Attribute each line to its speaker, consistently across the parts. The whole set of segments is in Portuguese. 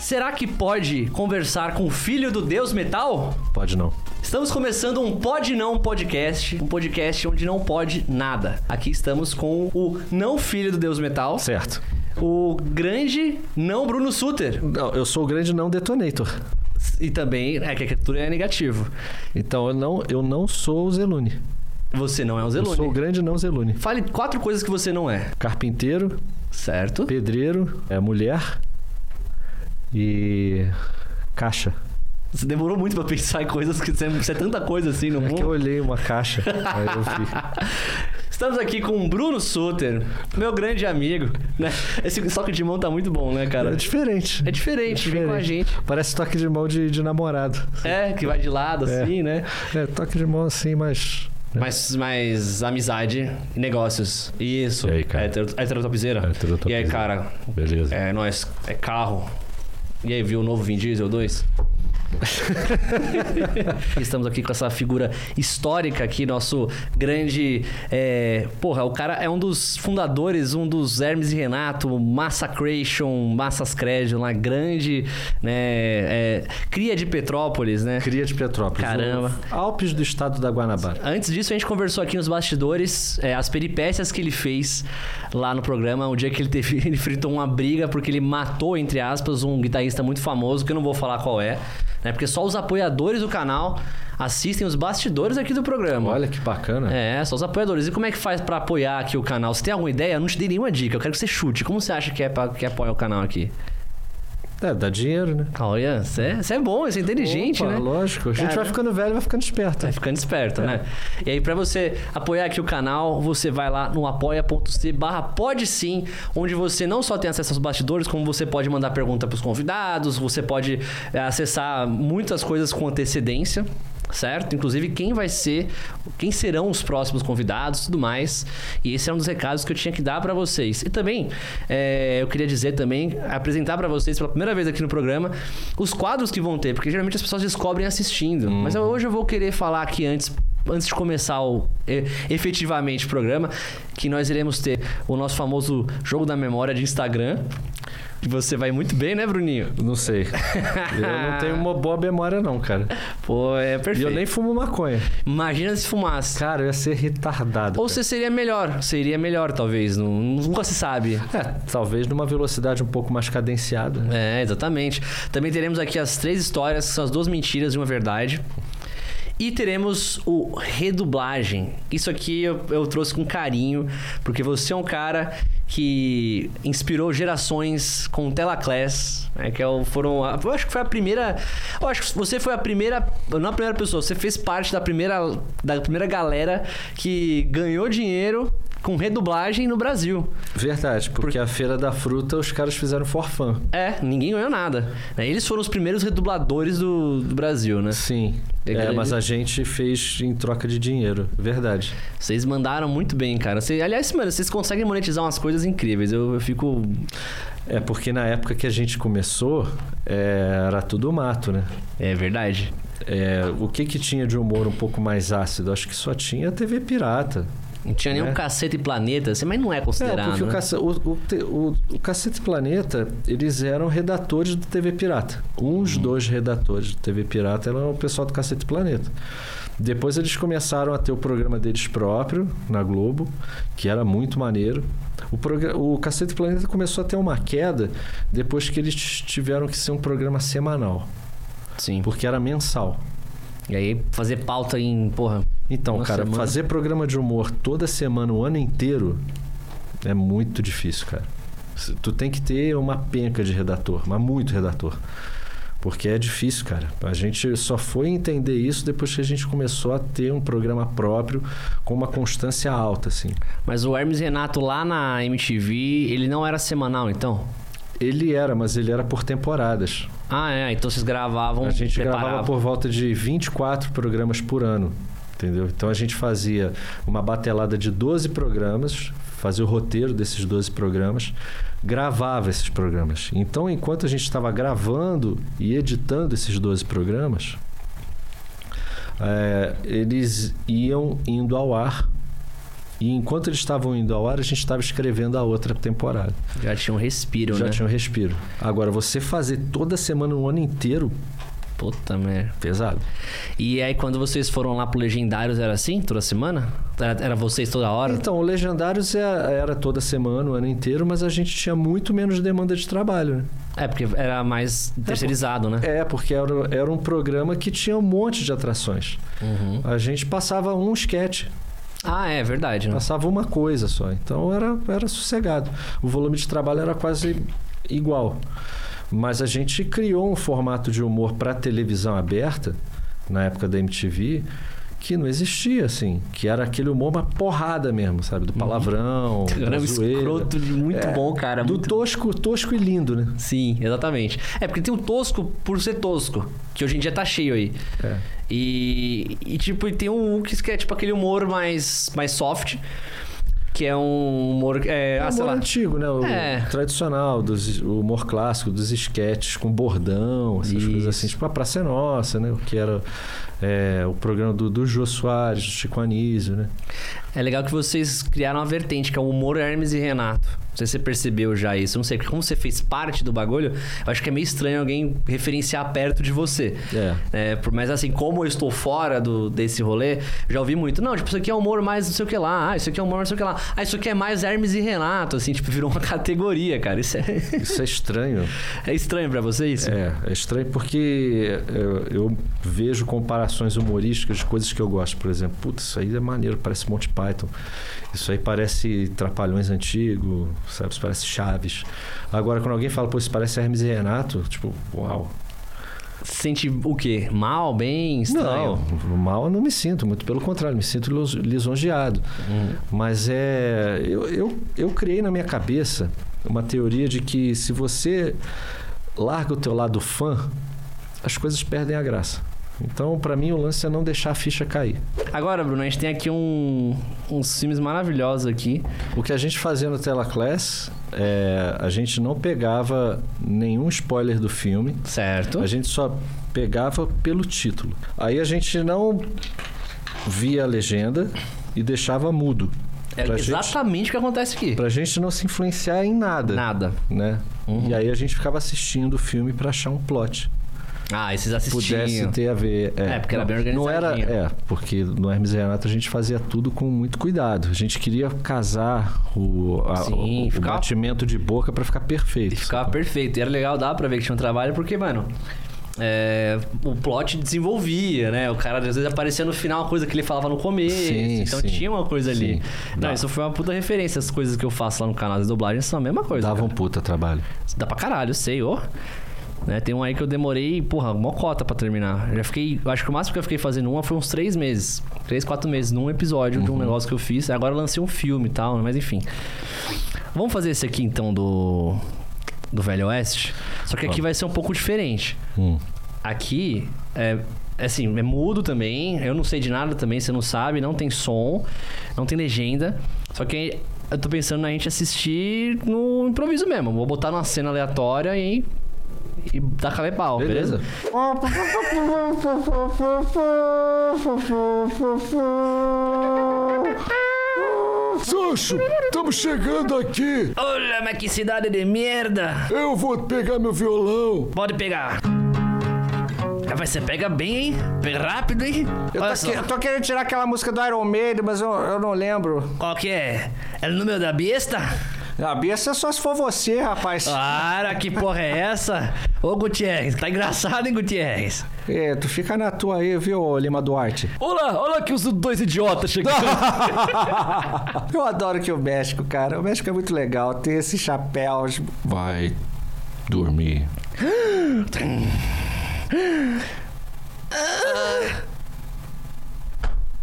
Speaker 1: Será que pode conversar com o filho do Deus Metal?
Speaker 2: Pode não.
Speaker 1: Estamos começando um Pode Não podcast, um podcast onde não pode nada. Aqui estamos com o não filho do Deus Metal,
Speaker 2: Certo.
Speaker 1: o grande não Bruno Suter.
Speaker 2: Não, eu sou o grande não detonator.
Speaker 1: E também, é que a criatura é negativo.
Speaker 2: Então eu não, eu não sou o Zelune.
Speaker 1: Você não é um
Speaker 2: Eu
Speaker 1: Zelone.
Speaker 2: sou o grande não Zelune.
Speaker 1: Fale quatro coisas que você não é,
Speaker 2: Carpinteiro,
Speaker 1: certo?
Speaker 2: pedreiro, é mulher e caixa.
Speaker 1: Você demorou muito pra pensar em coisas que você você é tanta coisa assim no
Speaker 2: É que eu
Speaker 1: mundo.
Speaker 2: olhei uma caixa. aí eu vi.
Speaker 1: Estamos aqui com o Bruno Suter, meu grande amigo. Né? Esse soco de mão tá muito bom, né, cara?
Speaker 2: É diferente.
Speaker 1: É diferente, vem com a gente.
Speaker 2: Parece toque de mão de, de namorado.
Speaker 1: É, que vai de lado
Speaker 2: É.
Speaker 1: assim, né?
Speaker 2: É, toque de mão assim, mas.
Speaker 1: Mas, mas amizade e negócios. Isso.
Speaker 2: E aí, cara?
Speaker 1: É hetero- heterotopzera. E
Speaker 2: Heterotopzera.
Speaker 1: aí, cara?
Speaker 2: Beleza.
Speaker 1: É nós, é carro. E aí, viu o novo Vin Diesel 2? Estamos aqui com essa figura histórica aqui, nosso grande. é, porra, o cara é um dos fundadores, um dos Hermes e Renato, Massacration, Massas Credo, uma grande. Né, é, cria de Petrópolis, né?
Speaker 2: Cria de Petrópolis.
Speaker 1: Caramba.
Speaker 2: o Alpes do estado da Guanabara.
Speaker 1: Antes disso, a gente conversou aqui nos bastidores é, as peripécias que ele fez lá no programa. O dia que ele teve, ele enfrentou uma briga porque ele matou, entre aspas, um guitarrista muito famoso, que eu não vou falar qual é, né? Porque só os apoiadores do canal assistem os bastidores aqui do programa.
Speaker 2: Olha que bacana.
Speaker 1: É, só os apoiadores. E como é que faz pra apoiar aqui o canal? Você tem alguma ideia? Eu não te dei nenhuma dica. Eu quero que você chute. Como você acha que é pra, que apoia o canal aqui?
Speaker 2: é dá dinheiro, né?
Speaker 1: Olha, você é, você é bom, você é inteligente,
Speaker 2: Opa,
Speaker 1: né?
Speaker 2: Lógico. A gente
Speaker 1: Cara.
Speaker 2: vai ficando velho, vai ficando esperto.
Speaker 1: Tá ficando esperto, né? E aí, pra você apoiar aqui o canal, você vai lá no apoia.se barra pode sim, onde você não só tem acesso aos bastidores, como você pode mandar pergunta pros convidados, você pode é, acessar muitas coisas com antecedência. Certo? Inclusive, quem vai ser, quem serão os próximos convidados tudo mais. E esse é um dos recados que eu tinha que dar pra vocês. E também, é, eu queria dizer também, apresentar pra vocês pela primeira vez aqui no programa, os quadros que vão ter, porque geralmente as pessoas descobrem assistindo. Mas eu- hoje eu vou querer falar aqui antes, antes de começar o, e- efetivamente o programa, que nós iremos ter o nosso famoso jogo da memória de Instagram. Que você vai muito bem, né, Bruninho?
Speaker 2: Não sei. Eu não tenho uma boa memória, não, cara.
Speaker 1: Pô, é
Speaker 2: E
Speaker 1: perfeito.
Speaker 2: eu nem fumo maconha.
Speaker 1: Imagina se fumasse.
Speaker 2: Cara, eu ia ser retardado.
Speaker 1: Ou
Speaker 2: cara.
Speaker 1: você seria melhor. Seria melhor, talvez. Não- Nunca se sabe.
Speaker 2: É, talvez numa velocidade um pouco mais cadenciada. né?
Speaker 1: É, exatamente. Também teremos aqui as três histórias, que são as duas mentiras e uma verdade. E teremos o redublagem. Isso aqui eu, eu trouxe com carinho, porque você é um cara que inspirou gerações com o Telaclass, né, que é o- foram... a- eu acho que foi a primeira... Eu acho que você foi a primeira... Não a primeira pessoa, você fez parte da primeira, da primeira galera que ganhou dinheiro com redublagem no Brasil.
Speaker 2: Verdade, porque a feira da fruta os caras fizeram forfã.
Speaker 1: É, ninguém ganhou nada. né? Eles foram os primeiros redubladores do, do Brasil, né?
Speaker 2: Sim.
Speaker 1: É
Speaker 2: É,
Speaker 1: grande.
Speaker 2: mas a gente fez em troca de dinheiro. Verdade.
Speaker 1: Vocês mandaram muito bem, cara. Cê- aliás, mano, vocês conseguem monetizar umas coisas incríveis. Eu, eu fico.
Speaker 2: É porque na época que a gente começou, é, era tudo mato, né?
Speaker 1: É verdade.
Speaker 2: É, o que que tinha de humor um pouco mais ácido? Acho que só tinha a TV pirata.
Speaker 1: Não tinha nenhum
Speaker 2: É.
Speaker 1: cacete e planeta, assim, mas não é
Speaker 2: É,
Speaker 1: considerado.
Speaker 2: porque o,
Speaker 1: né?
Speaker 2: Cace- o, o te- o- o Cacete Planeta, eles eram redatores do TV Pirata. Uns dois redatores do TV Pirata eram o pessoal do Cacete Planeta. Depois eles começaram a ter o programa deles próprio na Globo, que era muito maneiro. O, progra- o Cacete Planeta começou a ter uma queda depois que eles tiveram que ser um programa semanal,
Speaker 1: Sim.
Speaker 2: porque era mensal.
Speaker 1: E aí, fazer pauta em. Porra.
Speaker 2: Então,
Speaker 1: Uma
Speaker 2: cara,
Speaker 1: semana.
Speaker 2: fazer programa de humor toda semana, o ano inteiro, é muito difícil, cara. Se- Tu tem que ter uma penca de redator, mas muito redator. Porque é difícil, cara. A gente só foi entender isso depois que a gente começou a ter um programa próprio com uma constância alta, assim.
Speaker 1: Mas o Hermes Renato lá na MTV, ele não era semanal, então?
Speaker 2: Ele era, mas ele era por temporadas.
Speaker 1: Ah, é. Então vocês gravavam.
Speaker 2: A gente gravava
Speaker 1: preparavam.
Speaker 2: por volta de 24 programas por ano, entendeu? Então a gente fazia uma batelada de 12 programas, fazia o roteiro desses 12 programas, gravava esses programas. Então, enquanto a gente estava gravando e editando esses 12 programas, eh, eles iam indo ao ar E enquanto eles estavam indo ao ar, a gente estava escrevendo a outra temporada.
Speaker 1: Já tinha um respiro,
Speaker 2: Já
Speaker 1: né?
Speaker 2: tinha um respiro. Agora, você fazer toda semana, um ano inteiro,
Speaker 1: Puta merda.
Speaker 2: pesado.
Speaker 1: E aí, quando vocês foram lá pro Legendários, era assim? Toda semana? Era, era vocês toda hora?
Speaker 2: Então, o Legendários é- era toda semana, o ano inteiro, mas a gente tinha muito menos demanda de trabalho, né?
Speaker 1: É, porque era mais terceirizado, né?
Speaker 2: É, porque era, era um programa que tinha um monte de atrações.
Speaker 1: Uhum.
Speaker 2: A gente passava um sketch,
Speaker 1: Ah, é verdade. Né?
Speaker 2: passava uma coisa só. Então era, era sossegado. O volume de trabalho era quase igual. Mas a gente criou um formato de humor para televisão aberta, na época da MTV, que não existia, assim. Que era aquele humor, uma porrada mesmo, sabe? Do palavrão,
Speaker 1: Era
Speaker 2: da
Speaker 1: um
Speaker 2: zoeira.
Speaker 1: escroto de- muito
Speaker 2: É,
Speaker 1: bom, cara.
Speaker 2: Do
Speaker 1: muito-
Speaker 2: tosco, tosco e lindo, né?
Speaker 1: Sim, exatamente. É, porque tem o tosco por ser tosco, que hoje em dia tá cheio aí.
Speaker 2: É.
Speaker 1: E, e tipo, e tem um que é tipo aquele humor mais, mais soft, que é um humor. É,
Speaker 2: É
Speaker 1: ah,
Speaker 2: o
Speaker 1: sei
Speaker 2: humor
Speaker 1: lá.
Speaker 2: antigo, né? O
Speaker 1: É.
Speaker 2: tradicional, dos, o humor clássico, dos esquetes com bordão, essas
Speaker 1: Isso.
Speaker 2: coisas assim. Tipo, a Praça é Nossa, né? O que era é, o programa do, do Jô Soares, do Chico Anísio, né?
Speaker 1: É legal que vocês criaram uma vertente, que é o humor Hermes e Renato. Não sei se você percebeu já isso. Não sei, como você fez parte do bagulho, eu acho que é meio estranho alguém referenciar perto de você.
Speaker 2: É.
Speaker 1: É, por- mas assim, como eu estou fora do, desse rolê, já ouvi muito. Não, tipo, isso aqui é humor mais não sei o que lá. Ah, isso aqui é humor mais não sei o que lá. Ah, isso aqui é mais Hermes e Renato, assim, tipo, virou uma categoria, cara. Isso é,
Speaker 2: Isso é estranho.
Speaker 1: é estranho pra você isso?
Speaker 2: É, é estranho porque é, eu vejo comparações humorísticas de coisas que eu gosto. Por exemplo, putz, isso aí é maneiro, parece Monty Python. Isso aí parece Trapalhões Antigo, sabe? Isso parece Chaves. Agora, quando alguém fala, pô, isso parece Hermes e Renato, tipo, uau.
Speaker 1: Sente o quê? Mal, bem, estranho?
Speaker 2: Não, mal tá eu não me sinto, muito pelo contrário, me sinto lis- lisonjeado.
Speaker 1: Hum.
Speaker 2: Mas é. Eu, eu, eu criei na minha cabeça uma teoria de que se você larga o teu lado fã, as coisas perdem a graça. Então, pra mim, o lance é não deixar a ficha cair.
Speaker 1: Agora, Bruno, a gente tem aqui um, uns filmes maravilhosos aqui.
Speaker 2: O que a gente fazia no Tela Class, é, a gente não pegava nenhum spoiler do filme.
Speaker 1: Certo.
Speaker 2: A gente só pegava pelo título. Aí a gente não via a legenda e deixava mudo.
Speaker 1: É
Speaker 2: pra, gente,
Speaker 1: exatamente o que acontece aqui.
Speaker 2: pra gente não se influenciar em nada.
Speaker 1: Nada.
Speaker 2: Né?
Speaker 1: Uhum.
Speaker 2: E aí a gente ficava assistindo o filme pra achar um plot.
Speaker 1: Ah, esses
Speaker 2: que Pudesse
Speaker 1: assistiam.
Speaker 2: ter a ver.
Speaker 1: É, porque era
Speaker 2: não,
Speaker 1: bem
Speaker 2: Não era,
Speaker 1: organizadinho.
Speaker 2: é, porque no Hermes e Renato a gente fazia tudo com muito cuidado. A gente queria casar o, a-
Speaker 1: Sim,
Speaker 2: o, o
Speaker 1: ficava-
Speaker 2: batimento de boca pra ficar perfeito.
Speaker 1: E ficava perfeito. E era legal, dava pra ver que tinha um trabalho, porque, mano. é, o plot desenvolvia, né? O cara às vezes aparecia no final uma coisa que ele falava no começo.
Speaker 2: Sim,
Speaker 1: então
Speaker 2: sim.
Speaker 1: tinha uma coisa ali.
Speaker 2: Sim.
Speaker 1: Não,
Speaker 2: Dá.
Speaker 1: isso foi uma puta referência. As coisas que eu faço lá no canal de dublagem são a mesma coisa.
Speaker 2: Dava um
Speaker 1: cara.
Speaker 2: puta trabalho.
Speaker 1: Dá pra caralho, eu sei, ô. Né, tem um aí que eu demorei, porra, uma cota pra terminar. Eu Já fiquei, eu acho que o máximo que eu fiquei fazendo uma foi uns três meses. Três, quatro meses num episódio de um negócio que eu fiz. Agora eu lancei um filme e tal, mas enfim. Vamos fazer esse aqui então do. Do Velho Oeste. Só que aqui vai ser um pouco diferente.
Speaker 2: Hum.
Speaker 1: Aqui é. é Assim, é mudo também, eu não sei de nada também, você não sabe, não tem som, não tem legenda. Só que eu tô pensando na gente assistir no improviso mesmo. Vou botar numa cena aleatória e. e tacar pau, beleza?
Speaker 2: Beleza.
Speaker 3: Sancho, estamos chegando aqui.
Speaker 1: Olha, mas que cidade de merda!
Speaker 3: Eu vou pegar meu violão.
Speaker 1: Pode pegar! Rapaz, você pega bem, hein? Pega rápido, hein?
Speaker 4: Eu
Speaker 2: tá
Speaker 4: tô, que- eu tô querendo tirar aquela música do Iron Maiden, mas eu, eu não lembro.
Speaker 1: Qual que é? É o número da besta?
Speaker 4: A besta é só se for você, rapaz.
Speaker 1: Ah, Para, que porra é essa? Ô, Gutierrez, tá engraçado, hein, Gutierrez?
Speaker 4: É, tu fica na tua aí, viu, Lima Duarte?
Speaker 1: Olha, olha aqui os dois idiotas chegando.
Speaker 4: Eu adoro que o México, cara. O México é muito legal. Tem esses chapéus.
Speaker 3: Vai dormir.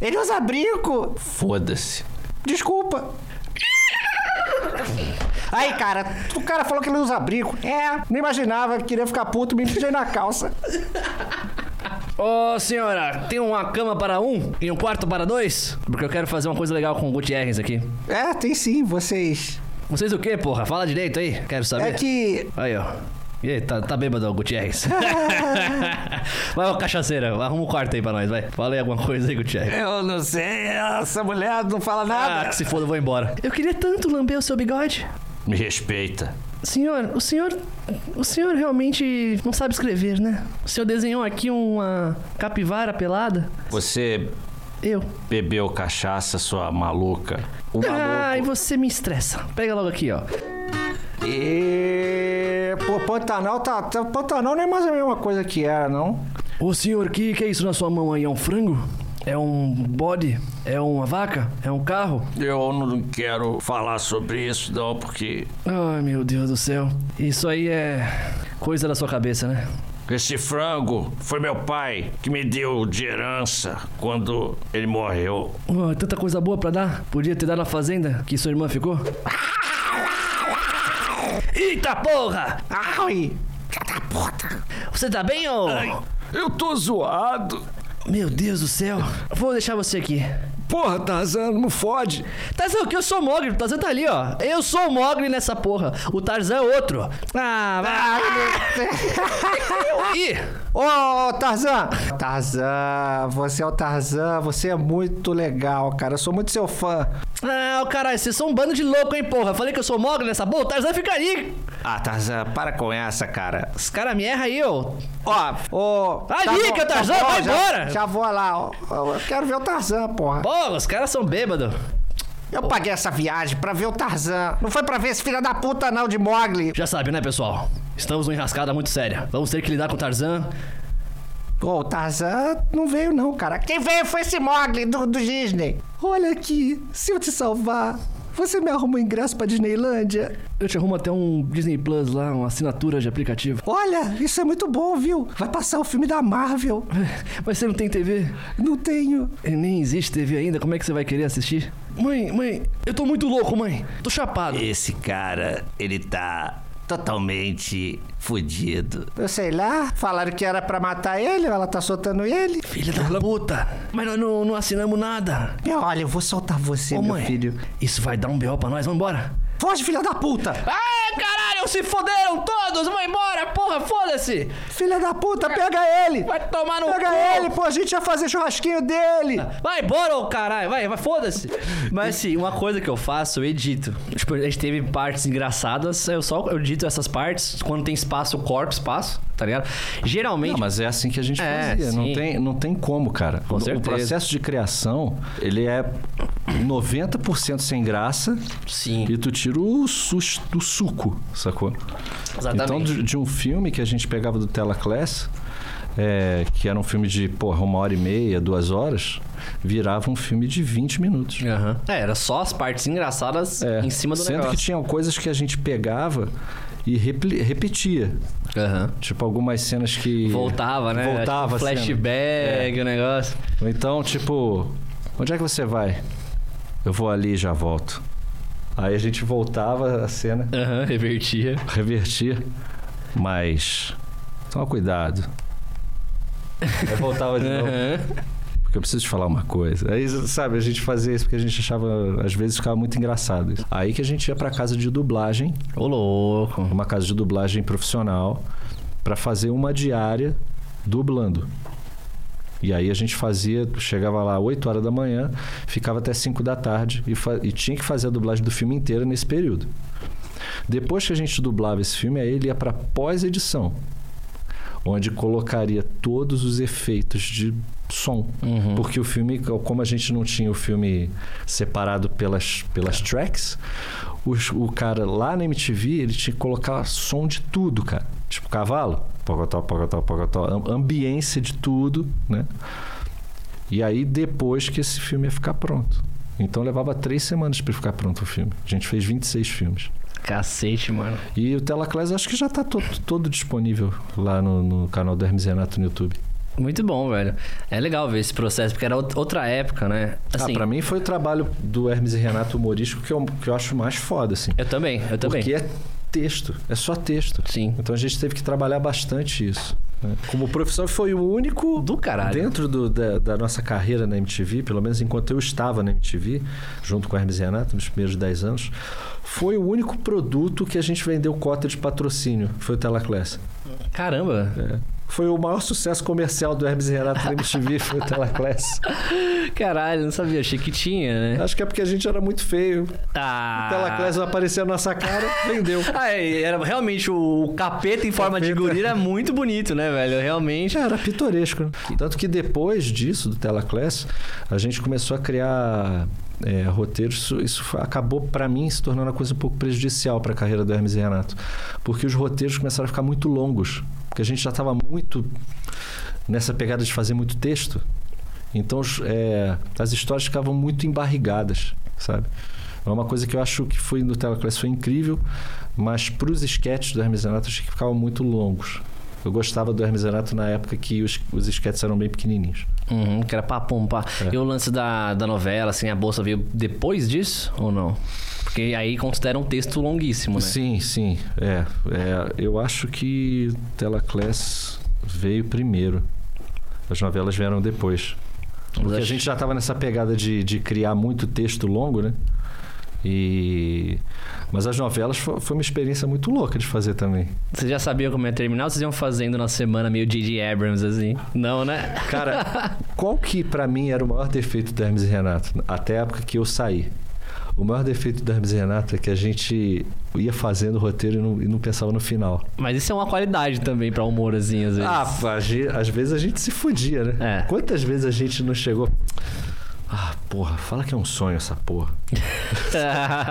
Speaker 4: Ele usa brinco!
Speaker 3: Foda-se.
Speaker 4: Desculpa. Aí, cara, o cara falou que ele usa brinco. É, não imaginava, queria ficar puto, me mijei na calça.
Speaker 1: Ô, senhora, tem uma cama para um e um quarto para dois? Porque eu quero fazer uma coisa legal com o Gutierrez aqui.
Speaker 4: É, tem sim, vocês.
Speaker 1: É Vocês o quê, porra? Fala direito aí, quero saber.
Speaker 4: É que
Speaker 1: Aí, ó. E aí, tá, tá bêbado, ó, Gutierrez? vai, ô cachaceira, arruma um quarto aí pra nós, vai. Fala aí alguma coisa aí, Gutierrez.
Speaker 4: Eu não sei, essa mulher não fala
Speaker 1: Ah, que se foda, eu vou embora. Eu queria tanto lamber o seu bigode.
Speaker 3: Ah. Me respeita.
Speaker 1: Senhor, o senhor. O senhor realmente não sabe escrever, né? O senhor desenhou aqui uma capivara pelada?
Speaker 3: Você
Speaker 1: Eu.
Speaker 3: bebeu cachaça, sua maluca. O
Speaker 1: Ah, e você me estressa. Pega logo aqui, ó.
Speaker 4: E... Pô, Pantanal tá, tá- Pantanal não é mais a mesma coisa que era, não.
Speaker 1: Ô senhor, que que é isso na sua mão aí? É um frango? É um bode? É uma vaca? É um carro?
Speaker 3: Eu não quero falar sobre isso, não, porque
Speaker 1: Ai, meu Deus do céu. Isso aí é coisa da sua cabeça, né?
Speaker 3: esse frango foi meu pai que me deu de herança quando ele morreu.
Speaker 1: Ó, é tanta coisa boa pra dar. Podia ter dado na fazenda que sua irmã ficou. Eita porra!
Speaker 4: Ai!
Speaker 1: Você tá bem, ô?
Speaker 3: Eu tô zoado.
Speaker 1: Meu Deus do céu. Vou deixar você aqui.
Speaker 3: Porra, Tarzan, não fode.
Speaker 1: Tarzan, o que eu sou o Mogli? O Tarzan tá ali, ó. Eu sou o Mogli nessa porra. O Tarzan é outro. Ah, vai. Ih!
Speaker 4: Ô, ô, Tarzan! Tarzan, você é o Tarzan, você é muito legal, cara. Eu sou muito seu fã.
Speaker 1: Ah, ô, caralho, vocês são um bando de louco, hein, porra. Falei que eu sou mogre nessa boa, o Tarzan fica aí.
Speaker 4: Ah, Tarzan, para com essa, cara.
Speaker 1: Os caras me erram aí, ô.
Speaker 4: Ó, ô. tá
Speaker 1: Vai ali, que é o Tarzan, vai
Speaker 4: já-
Speaker 1: embora.
Speaker 4: Já, vou lá, ó. Ó, Eu quero ver o Tarzan, porra.
Speaker 1: Porra, os caras são bêbados.
Speaker 4: Eu paguei essa viagem pra ver o Tarzan. Não foi pra ver esse filho da puta, não, de Mogli.
Speaker 1: Já sabe, né, pessoal? Estamos numa enrascada muito séria. Vamos ter que lidar com o Tarzan.
Speaker 4: Ô, o Tarzan não veio, não, cara. Quem veio foi esse Mogli do, do Disney. Olha aqui, se eu te salvar, você me arruma um ingresso pra Disneylândia?
Speaker 1: Eu te arrumo até um Disney Plus lá, uma assinatura de aplicativo.
Speaker 4: Olha, isso é muito bom, viu? Vai passar o filme da Marvel.
Speaker 1: Mas você não tem TV?
Speaker 4: Não tenho.
Speaker 1: E Nem existe TV ainda, como é que você vai querer assistir? Mãe, mãe, eu tô muito louco, mãe. Tô chapado.
Speaker 5: Esse cara, ele tá totalmente fudido.
Speaker 4: Eu sei lá, falaram que era pra matar ele, ela tá soltando ele.
Speaker 1: Filha da puta. Mas nós não, não assinamos nada.
Speaker 4: E olha, eu vou soltar você,
Speaker 1: Ô,
Speaker 4: meu
Speaker 1: mãe,
Speaker 4: filho.
Speaker 1: isso vai dar um B.O. pra nós, vambora.
Speaker 4: Foge, filha da puta!
Speaker 1: Ah, caralho, se foderam todos, vão embora, porra, foda-se.
Speaker 4: Filha da puta, pega ele!
Speaker 1: Vai tomar no
Speaker 4: Pega
Speaker 1: cu.
Speaker 4: ele, pô, a gente ia fazer churrasquinho dele!
Speaker 1: Vai embora, ô caralho, vai, vai, foda-se. Mas assim, uma coisa que eu faço, eu edito. Tipo, a gente teve partes engraçadas, eu só eu edito essas partes. Quando tem espaço, eu corto espaço, tá ligado? Geralmente.
Speaker 2: Não, mas é assim que a gente
Speaker 1: É,
Speaker 2: fazia. Não
Speaker 1: sim.
Speaker 2: tem, não tem como, cara. O- o
Speaker 1: certeza.
Speaker 2: processo de criação, ele é 90% sem graça
Speaker 1: Sim.
Speaker 2: e tu tira o sus, do suco, sacou?
Speaker 1: Exatamente.
Speaker 2: Então, de, de um filme que a gente pegava do Tela Class, é, que era um filme de, porra, uma hora e meia, duas horas, virava um filme de 20 minutos.
Speaker 1: Aham. É, era só as partes engraçadas
Speaker 2: É,
Speaker 1: em cima do
Speaker 2: Sendo que
Speaker 1: negócio.
Speaker 2: tinham coisas que a gente pegava e repli- repetia.
Speaker 1: Aham.
Speaker 2: Tipo, algumas cenas que...
Speaker 1: Voltava, né?
Speaker 2: Voltava. a cena. É.
Speaker 1: Flashback, o negócio.
Speaker 2: Ou Então, tipo, onde é que você vai? Eu vou ali e já volto. Aí a gente voltava a cena,
Speaker 1: Aham, revertia.
Speaker 2: revertia, mas toma cuidado. Aí voltava de novo,
Speaker 1: Aham.
Speaker 2: porque eu preciso te falar uma coisa. Aí, sabe, a gente fazia isso porque a gente achava, às vezes ficava muito engraçado. isso. Aí que a gente ia pra casa de dublagem,
Speaker 1: Ô, louco.
Speaker 2: uma casa de dublagem profissional, pra fazer uma diária dublando. E aí a gente fazia, chegava lá 8 horas da manhã, ficava até 5 da tarde e, fa- e tinha que fazer a dublagem do filme inteiro nesse período. Depois que a gente dublava esse filme, aí ele ia para pós-edição, onde colocaria todos os efeitos de som. Porque o filme, como a gente não tinha o filme separado pelas, pelas tracks, os- o cara lá na MTV, ele tinha que colocar som de tudo, cara. Tipo cavalo, pocotó, pocotó, pocotó, am- ambiência de tudo, né? E aí depois que esse filme ia ficar pronto. Então levava três semanas para ficar pronto o filme. A gente fez 26 filmes.
Speaker 1: Cacete, mano.
Speaker 2: E o Telaclass acho que já tá todo, todo disponível lá no, no canal do Hermes e Renato no YouTube.
Speaker 1: Muito bom, velho. É legal ver esse processo, porque era out- outra época, né? Assim,
Speaker 2: ah, pra mim foi o trabalho do Hermes e Renato humorístico que eu, que eu acho mais foda, assim.
Speaker 1: eu também, eu também.
Speaker 2: Porque é texto, é só texto.
Speaker 1: Sim.
Speaker 2: Então a gente teve que trabalhar bastante isso. né? Como profissão, foi o único
Speaker 1: Do caralho.
Speaker 2: dentro do- da, da nossa carreira na MTV, pelo menos enquanto eu estava na MTV, junto com a Hermes e Renato, nos primeiros 10 anos, foi o único produto que a gente vendeu cota de patrocínio, foi o Telaclass.
Speaker 1: Caramba.
Speaker 2: É. Foi o maior sucesso comercial do Hermes e Renato na MTV, foi o Telaclass.
Speaker 1: Caralho, não sabia. Achei que tinha, né?
Speaker 2: Acho que é porque a gente era muito feio.
Speaker 1: Ah.
Speaker 2: O Telaclass apareceu na nossa cara, vendeu.
Speaker 1: Ah, é, era realmente o o capeta em forma de gorila é muito bonito, né, velho? Realmente.
Speaker 2: Já era pitoresco. né? Tanto que depois disso, do Telaclass, a gente começou a criar é, roteiros. Isso, isso foi- acabou, pra mim, se tornando uma coisa um pouco prejudicial pra carreira do Hermes e Renato. Porque os roteiros começaram a ficar muito longos. Porque a gente já estava muito nessa pegada de fazer muito texto. Então, os- é, as histórias ficavam muito embarrigadas, sabe? É uma coisa que eu acho que foi no Teleclass foi incrível, mas pros esquetes do Hermes e Renato, eu achei que ficavam muito longos. Eu gostava do Hermes e Renato na época que os, os esquetes eram bem pequenininhos.
Speaker 1: Uhum, que era pra pompar.
Speaker 2: É.
Speaker 1: E o lance da, da novela, assim, a bolsa veio depois disso ou não? Porque aí considera um texto longuíssimo, né?
Speaker 2: Sim, sim. É, é, eu acho que Teleclass veio primeiro. As novelas vieram depois. Porque a gente já estava nessa pegada de, de criar muito texto longo, né? E... Mas as novelas fo- foi uma experiência muito louca de fazer também.
Speaker 1: Vocês já sabiam como ia terminar ou vocês iam fazendo na semana meio J.J. Abrams, assim? Não, né?
Speaker 2: Cara, qual que pra mim era o maior defeito do Hermes e Renato? Até a época que eu saí. O maior defeito do Hermes e Renato é que a gente ia fazendo o roteiro e não, e não pensava no final.
Speaker 1: Mas isso é uma qualidade também pra humor, assim, às vezes.
Speaker 2: Ah, a ge- às vezes a gente se fudia, né?
Speaker 1: É.
Speaker 2: Quantas vezes a gente não chegou. Ah, porra, fala que é um sonho essa porra.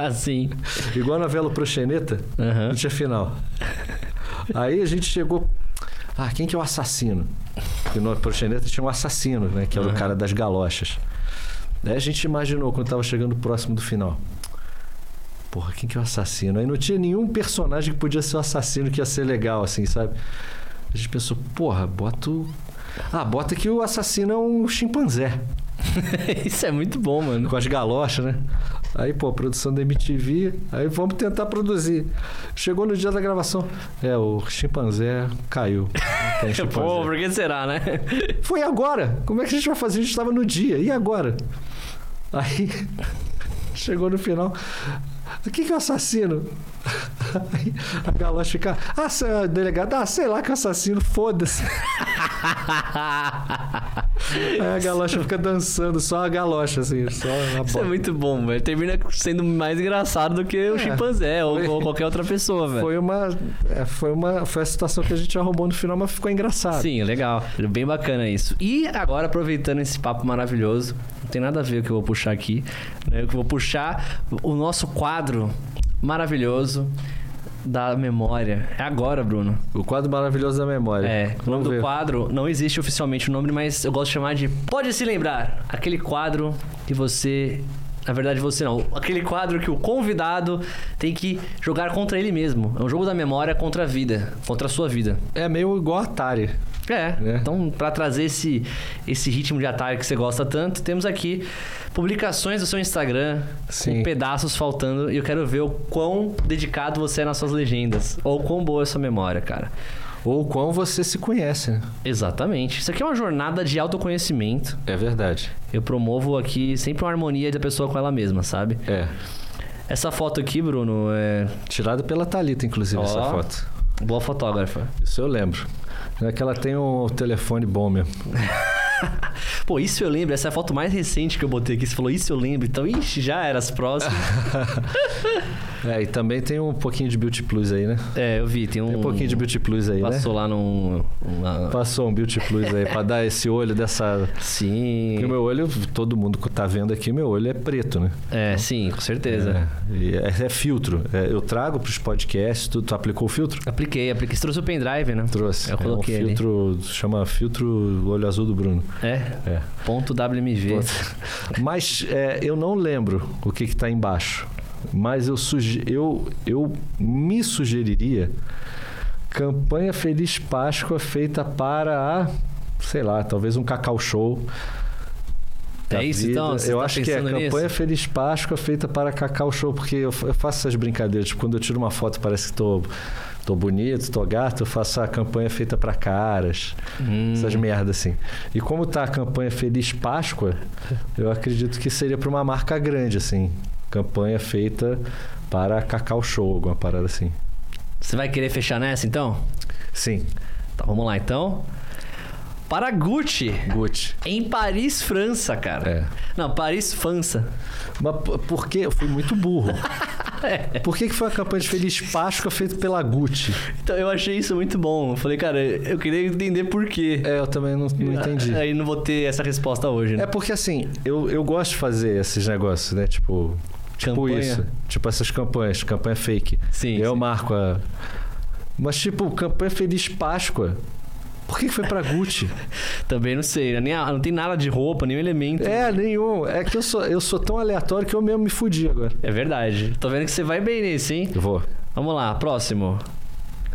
Speaker 1: Ah, sim.
Speaker 2: Igual a novela Proxeneta,
Speaker 1: Aham.
Speaker 2: não tinha final. Aí a gente chegou. Ah, quem que é o assassino? Porque no Proxeneta tinha um assassino, né? Que era o cara das galochas. Daí a gente imaginou quando tava chegando próximo do final. Porra, quem que é o assassino? Aí não tinha nenhum personagem que podia ser o assassino que ia ser legal, assim, sabe? A gente pensou, porra, bota o. Ah, bota que o assassino é um chimpanzé
Speaker 1: isso é muito bom, mano.
Speaker 2: com as galochas, né? Aí, pô, produção da MTV, aí vamos tentar produzir. Chegou no dia da gravação, é, o chimpanzé caiu. Não tem
Speaker 1: Pô,
Speaker 2: chimpanzé.
Speaker 1: por que será, né?
Speaker 2: Foi agora! Como é que a gente vai fazer? A gente estava no dia, e agora? Aí, chegou no final, o que que é o assassino? Aí, a galocha fica, ah, senhor delegado, ah, sei lá que é assassino, foda-se. Aí a galocha fica dançando, só a galocha, assim, só a
Speaker 1: Isso é
Speaker 2: bola.
Speaker 1: muito bom, velho. Termina sendo mais engraçado do que o chimpanzé ou, ou qualquer outra pessoa, velho.
Speaker 2: É. Foi uma, é, foi uma. Foi a situação que a gente arrumou no final, mas ficou engraçado.
Speaker 1: Sim, é legal. Bem bacana isso. E agora, aproveitando esse papo maravilhoso, não tem nada a ver o que eu vou puxar aqui, né? Eu vou puxar o nosso quadro maravilhoso da memória. É agora, Bruno.
Speaker 2: O quadro maravilhoso da memória.
Speaker 1: É, o nome
Speaker 2: Vamos ver.
Speaker 1: do quadro não existe oficialmente o nome, mas eu gosto de chamar de Pode Se Lembrar. Aquele quadro que você. Na verdade, você não. Aquele quadro que o convidado tem que jogar contra ele mesmo. É um jogo da memória contra a vida, contra a sua vida.
Speaker 2: É meio igual Atari.
Speaker 1: É,
Speaker 2: Né?
Speaker 1: então pra trazer esse, esse ritmo de Atari que você gosta tanto, temos aqui publicações do seu Instagram
Speaker 2: Sim.
Speaker 1: com pedaços faltando e eu quero ver o quão dedicado você é nas suas legendas ou quão boa é a sua memória, cara.
Speaker 2: Ou quão você se conhece, né?
Speaker 1: Exatamente. Isso aqui é uma jornada de autoconhecimento.
Speaker 2: É verdade.
Speaker 1: Eu promovo aqui sempre uma harmonia da pessoa com ela mesma, sabe?
Speaker 2: É.
Speaker 1: Essa foto aqui, Bruno, é
Speaker 2: Tirada pela Thalita, inclusive,
Speaker 1: Ó.
Speaker 2: essa foto.
Speaker 1: boa fotógrafa.
Speaker 2: Isso eu lembro. É que ela tem um telefone bom mesmo.
Speaker 1: Pô, isso eu lembro, essa é a foto mais recente que eu botei aqui. Você falou, isso eu lembro, então, ixi, já era as próximas.
Speaker 2: É, e também tem um pouquinho de Beauty Plus aí, né?
Speaker 1: é, eu vi, tem um.
Speaker 2: Tem um pouquinho de Beauty Plus aí,
Speaker 1: Passou
Speaker 2: né?
Speaker 1: lá num. uma-
Speaker 2: Passou um Beauty Plus aí pra dar esse olho dessa.
Speaker 1: Sim.
Speaker 2: Porque o meu olho, todo mundo que tá vendo aqui, meu olho é preto, né?
Speaker 1: É, sim, com certeza.
Speaker 2: É, e é- é filtro. É, eu trago pros podcasts, tu, tu aplicou o filtro?
Speaker 1: Apliquei, apliquei. Você trouxe o pendrive, né?
Speaker 2: Trouxe.
Speaker 1: Eu coloquei
Speaker 2: é um
Speaker 1: ali.
Speaker 2: filtro, chama filtro olho azul do Bruno.
Speaker 1: É.
Speaker 2: É.
Speaker 1: Ponto WMG.
Speaker 2: Mas é, eu não lembro o que que tá embaixo. Mas eu, suge eu, eu me sugeriria campanha Feliz Páscoa feita para a, sei lá, talvez um cacau show
Speaker 1: É
Speaker 2: da
Speaker 1: isso,
Speaker 2: vida.
Speaker 1: então? Você
Speaker 2: eu
Speaker 1: tá
Speaker 2: acho que é a
Speaker 1: pensando
Speaker 2: campanha
Speaker 1: nisso?
Speaker 2: Feliz Páscoa feita para Cacau Show, porque eu, eu faço essas brincadeiras. Tipo, quando eu tiro uma foto, parece que tô, tô bonito, tô gato, eu faço a campanha feita para caras.
Speaker 1: Hum.
Speaker 2: Essas merdas assim. E como tá a campanha Feliz Páscoa, eu acredito que seria para uma marca grande, assim. Campanha feita para Cacau Show, alguma parada assim.
Speaker 1: Você vai querer fechar nessa, então?
Speaker 2: Sim,
Speaker 1: Tá, vamos lá, então. Para Gucci,
Speaker 2: Gucci.
Speaker 1: em Paris, França, cara.
Speaker 2: É.
Speaker 1: Não, Paris, França.
Speaker 2: Mas p- por que? Eu fui muito burro.
Speaker 1: É.
Speaker 2: Por que, que foi a campanha de Feliz Páscoa feita pela Gucci?
Speaker 1: Então, eu achei isso muito bom. Eu falei, cara, eu queria entender por quê. Ah,
Speaker 2: É, eu também não, não entendi.
Speaker 1: Aí não vou ter essa resposta hoje, né?
Speaker 2: É porque assim, eu, eu gosto de fazer esses negócios, né? Tipo. Tipo
Speaker 1: Campanha.
Speaker 2: isso. Tipo essas campanhas, campanha fake.
Speaker 1: Sim,
Speaker 2: Eu
Speaker 1: sim.
Speaker 2: marco a. Mas, tipo, campanha Feliz Páscoa. Por que, que foi pra Gucci?
Speaker 1: Também não sei. né? Nem a- não tem nada de roupa, nenhum elemento.
Speaker 2: é, nenhum. É que eu sou, eu sou tão aleatório que eu mesmo me fudi agora.
Speaker 1: É verdade. Tô vendo que você vai bem nesse, hein?
Speaker 2: Eu vou.
Speaker 1: Vamos lá, próximo.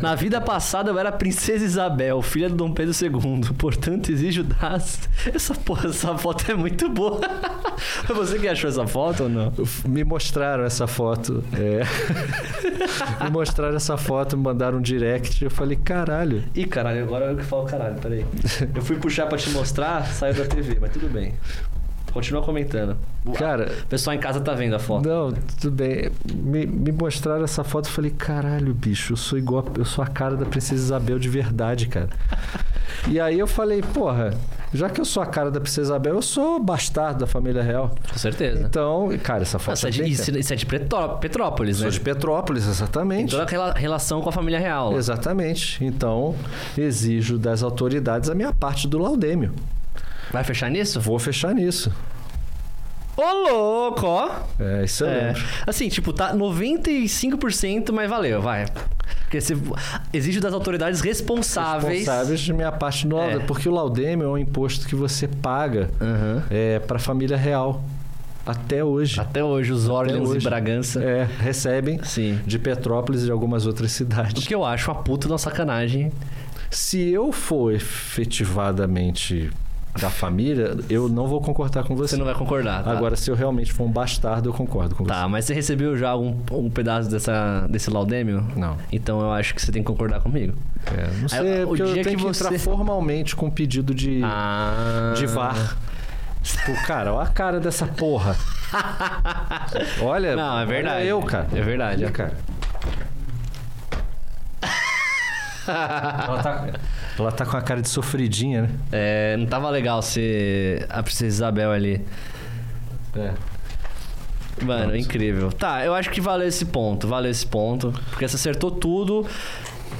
Speaker 1: Na vida passada eu era a princesa Isabel, filha do Dom Pedro II, portanto exijo das. Essa porra, essa foto é muito boa. Foi você que achou essa foto ou não?
Speaker 2: Eu f- Me mostraram essa foto. é. me mostraram essa foto, me mandaram um direct. Eu falei, caralho.
Speaker 1: Ih, caralho, agora eu que falo caralho, peraí. Eu fui puxar pra te mostrar, saiu da TV, mas tudo bem. Continua comentando.
Speaker 2: Cara,
Speaker 1: O pessoal em casa tá vendo a foto.
Speaker 2: Não, tudo bem. Me, me mostraram essa foto e falei, caralho, bicho, eu sou igual. a- Eu sou a cara da Princesa Isabel de verdade, cara. e aí eu falei, porra, já que eu sou a cara da Princesa Isabel, eu sou bastardo da família real.
Speaker 1: Com certeza.
Speaker 2: Então, cara, essa
Speaker 1: Ah,
Speaker 2: foto
Speaker 1: Isso é de,
Speaker 2: bem, cara.
Speaker 1: isso- isso é de Petró- Petrópolis, né? Então é
Speaker 2: Sou de Petrópolis, exatamente.
Speaker 1: Toda aquela relação com a família real.
Speaker 2: Exatamente. Então, exijo das autoridades a minha parte do laudêmio.
Speaker 1: Vai fechar nisso?
Speaker 2: Vou fechar nisso.
Speaker 1: Ô, louco! ó.
Speaker 2: É, isso eu
Speaker 1: É,
Speaker 2: lembro.
Speaker 1: assim, tipo, tá 95%, mas valeu, vai. Porque você exige das autoridades responsáveis.
Speaker 2: responsáveis de minha parte no laudêmio.
Speaker 1: É.
Speaker 2: Porque o laudêmio é um imposto que você paga
Speaker 1: Aham.
Speaker 2: é, para a família real. Até hoje.
Speaker 1: Até hoje, os órgãos
Speaker 2: hoje.
Speaker 1: e Bragança.
Speaker 2: É, recebem
Speaker 1: Sim.
Speaker 2: de Petrópolis e de algumas outras
Speaker 1: O
Speaker 2: cidades.
Speaker 1: que eu acho uma puta da sacanagem.
Speaker 2: Se eu for efetivadamente da família, eu não vou concordar com você.
Speaker 1: Você não vai concordar. Tá?
Speaker 2: Agora, se eu realmente for um bastardo, eu concordo com
Speaker 1: Tá, mas você recebeu já algum um pedaço dessa, desse laudêmio?
Speaker 2: Não.
Speaker 1: Então eu acho que você tem que concordar comigo.
Speaker 2: você. É, não sei,
Speaker 1: Aí,
Speaker 2: é
Speaker 1: o
Speaker 2: porque eu
Speaker 1: dia
Speaker 2: tenho que,
Speaker 1: que você-
Speaker 2: entrar formalmente com um pedido de,
Speaker 1: Ah.
Speaker 2: de VAR. Tipo, cara, olha a cara dessa porra. Olha,
Speaker 1: Não, é
Speaker 2: olha
Speaker 1: verdade.
Speaker 2: eu, cara.
Speaker 1: É verdade.
Speaker 2: Olha, cara. Ela tá, ela tá com a cara de sofridinha, né?
Speaker 1: É, não tava legal ser a Princesa Isabel ali.
Speaker 2: É.
Speaker 1: Mano, incrível. Tá, eu acho que valeu esse ponto, valeu esse ponto. Porque você acertou tudo.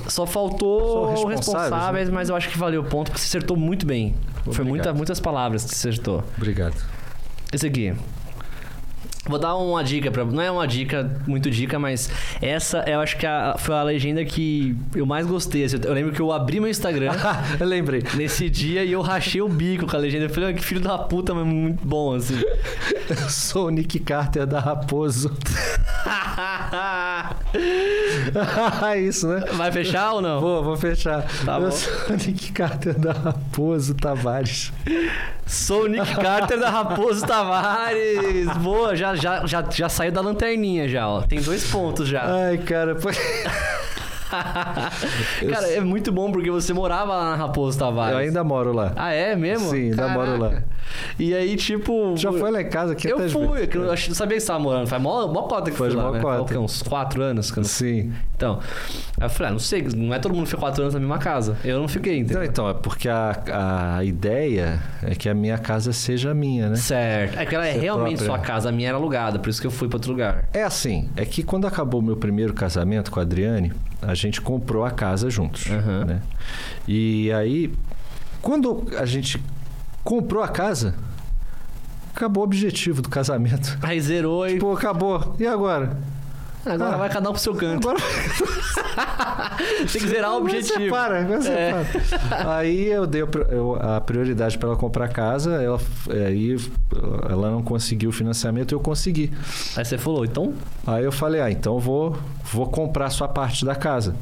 Speaker 1: Só faltou
Speaker 2: Só
Speaker 1: responsáveis,
Speaker 2: responsáveis, né?
Speaker 1: responsáveis mas eu acho que valeu o ponto, porque você acertou muito bem. Foi
Speaker 2: Obrigado.
Speaker 1: muita, muitas palavras que você acertou.
Speaker 2: Obrigado.
Speaker 1: Esse aqui. Vou dar uma dica pra. Não é uma dica, muito dica, mas essa eu acho que a- foi a legenda que eu mais gostei. assim, Eu lembro que eu abri meu Instagram.
Speaker 2: eu lembrei.
Speaker 1: Nesse dia e eu rachei o bico com a legenda. Eu falei, "Ah, que filho da puta, mas muito bom, assim.
Speaker 2: Eu sou o Nick Carter da Raposo. Isso, né?
Speaker 1: Vai fechar ou não?
Speaker 2: Vou, vou fechar.
Speaker 1: Tá
Speaker 2: eu
Speaker 1: bom.
Speaker 2: sou o Nick Carter da Raposo Tavares.
Speaker 1: Sou o Nick Carter da Raposo Tavares. Boa, já, já, já, já saiu da lanterninha já, ó. Tem dois pontos já.
Speaker 2: Ai, cara, foi...
Speaker 1: Cara, é muito bom porque você morava lá na Raposo Tavares.
Speaker 2: eu ainda moro lá.
Speaker 1: Ah, é mesmo?
Speaker 2: Sim, ainda moro lá.
Speaker 1: E aí, tipo...
Speaker 2: Já foi lá em casa aqui
Speaker 1: Eu
Speaker 2: até
Speaker 1: fui, que eu não ach- não sabia que você tava morando. Faz mó, mó cota que
Speaker 2: Faz
Speaker 1: foi lá,
Speaker 2: mó
Speaker 1: né?
Speaker 2: cota.
Speaker 1: Faz o quê? Uns quatro anos? que eu não-
Speaker 2: Sim.
Speaker 1: Então, aí eu falei, ah, não sei, não é todo mundo que fica quatro anos na mesma casa. Eu não fiquei,
Speaker 2: Não,
Speaker 1: entendeu?
Speaker 2: então, é porque a, a ideia é que a minha casa seja minha, né?
Speaker 1: Certo. É que ela é
Speaker 2: Você
Speaker 1: realmente sua
Speaker 2: própria.
Speaker 1: casa, a minha era alugada, por isso que eu fui pra outro lugar.
Speaker 2: É assim, é que quando acabou o meu primeiro casamento com a Adriane, a gente comprou a casa juntos,
Speaker 1: Aham.
Speaker 2: né? E aí, quando a gente comprou a casa, acabou o objetivo do casamento.
Speaker 1: Aí zerou e
Speaker 2: Pô, acabou. E agora?
Speaker 1: agora
Speaker 2: Tipo, ah,
Speaker 1: vai cada um pro seu canto.
Speaker 2: Agora
Speaker 1: Tem que zerar o
Speaker 2: Agora
Speaker 1: objetivo. É.
Speaker 2: Separa, agora separa. Aí eu dei a pri- eu- a prioridade para ela comprar casa, ela, f- aí ela não conseguiu o financiamento, eu consegui.
Speaker 1: Aí você falou, então.
Speaker 2: Aí eu falei, ah, então eu vou, vou comprar a sua parte da casa.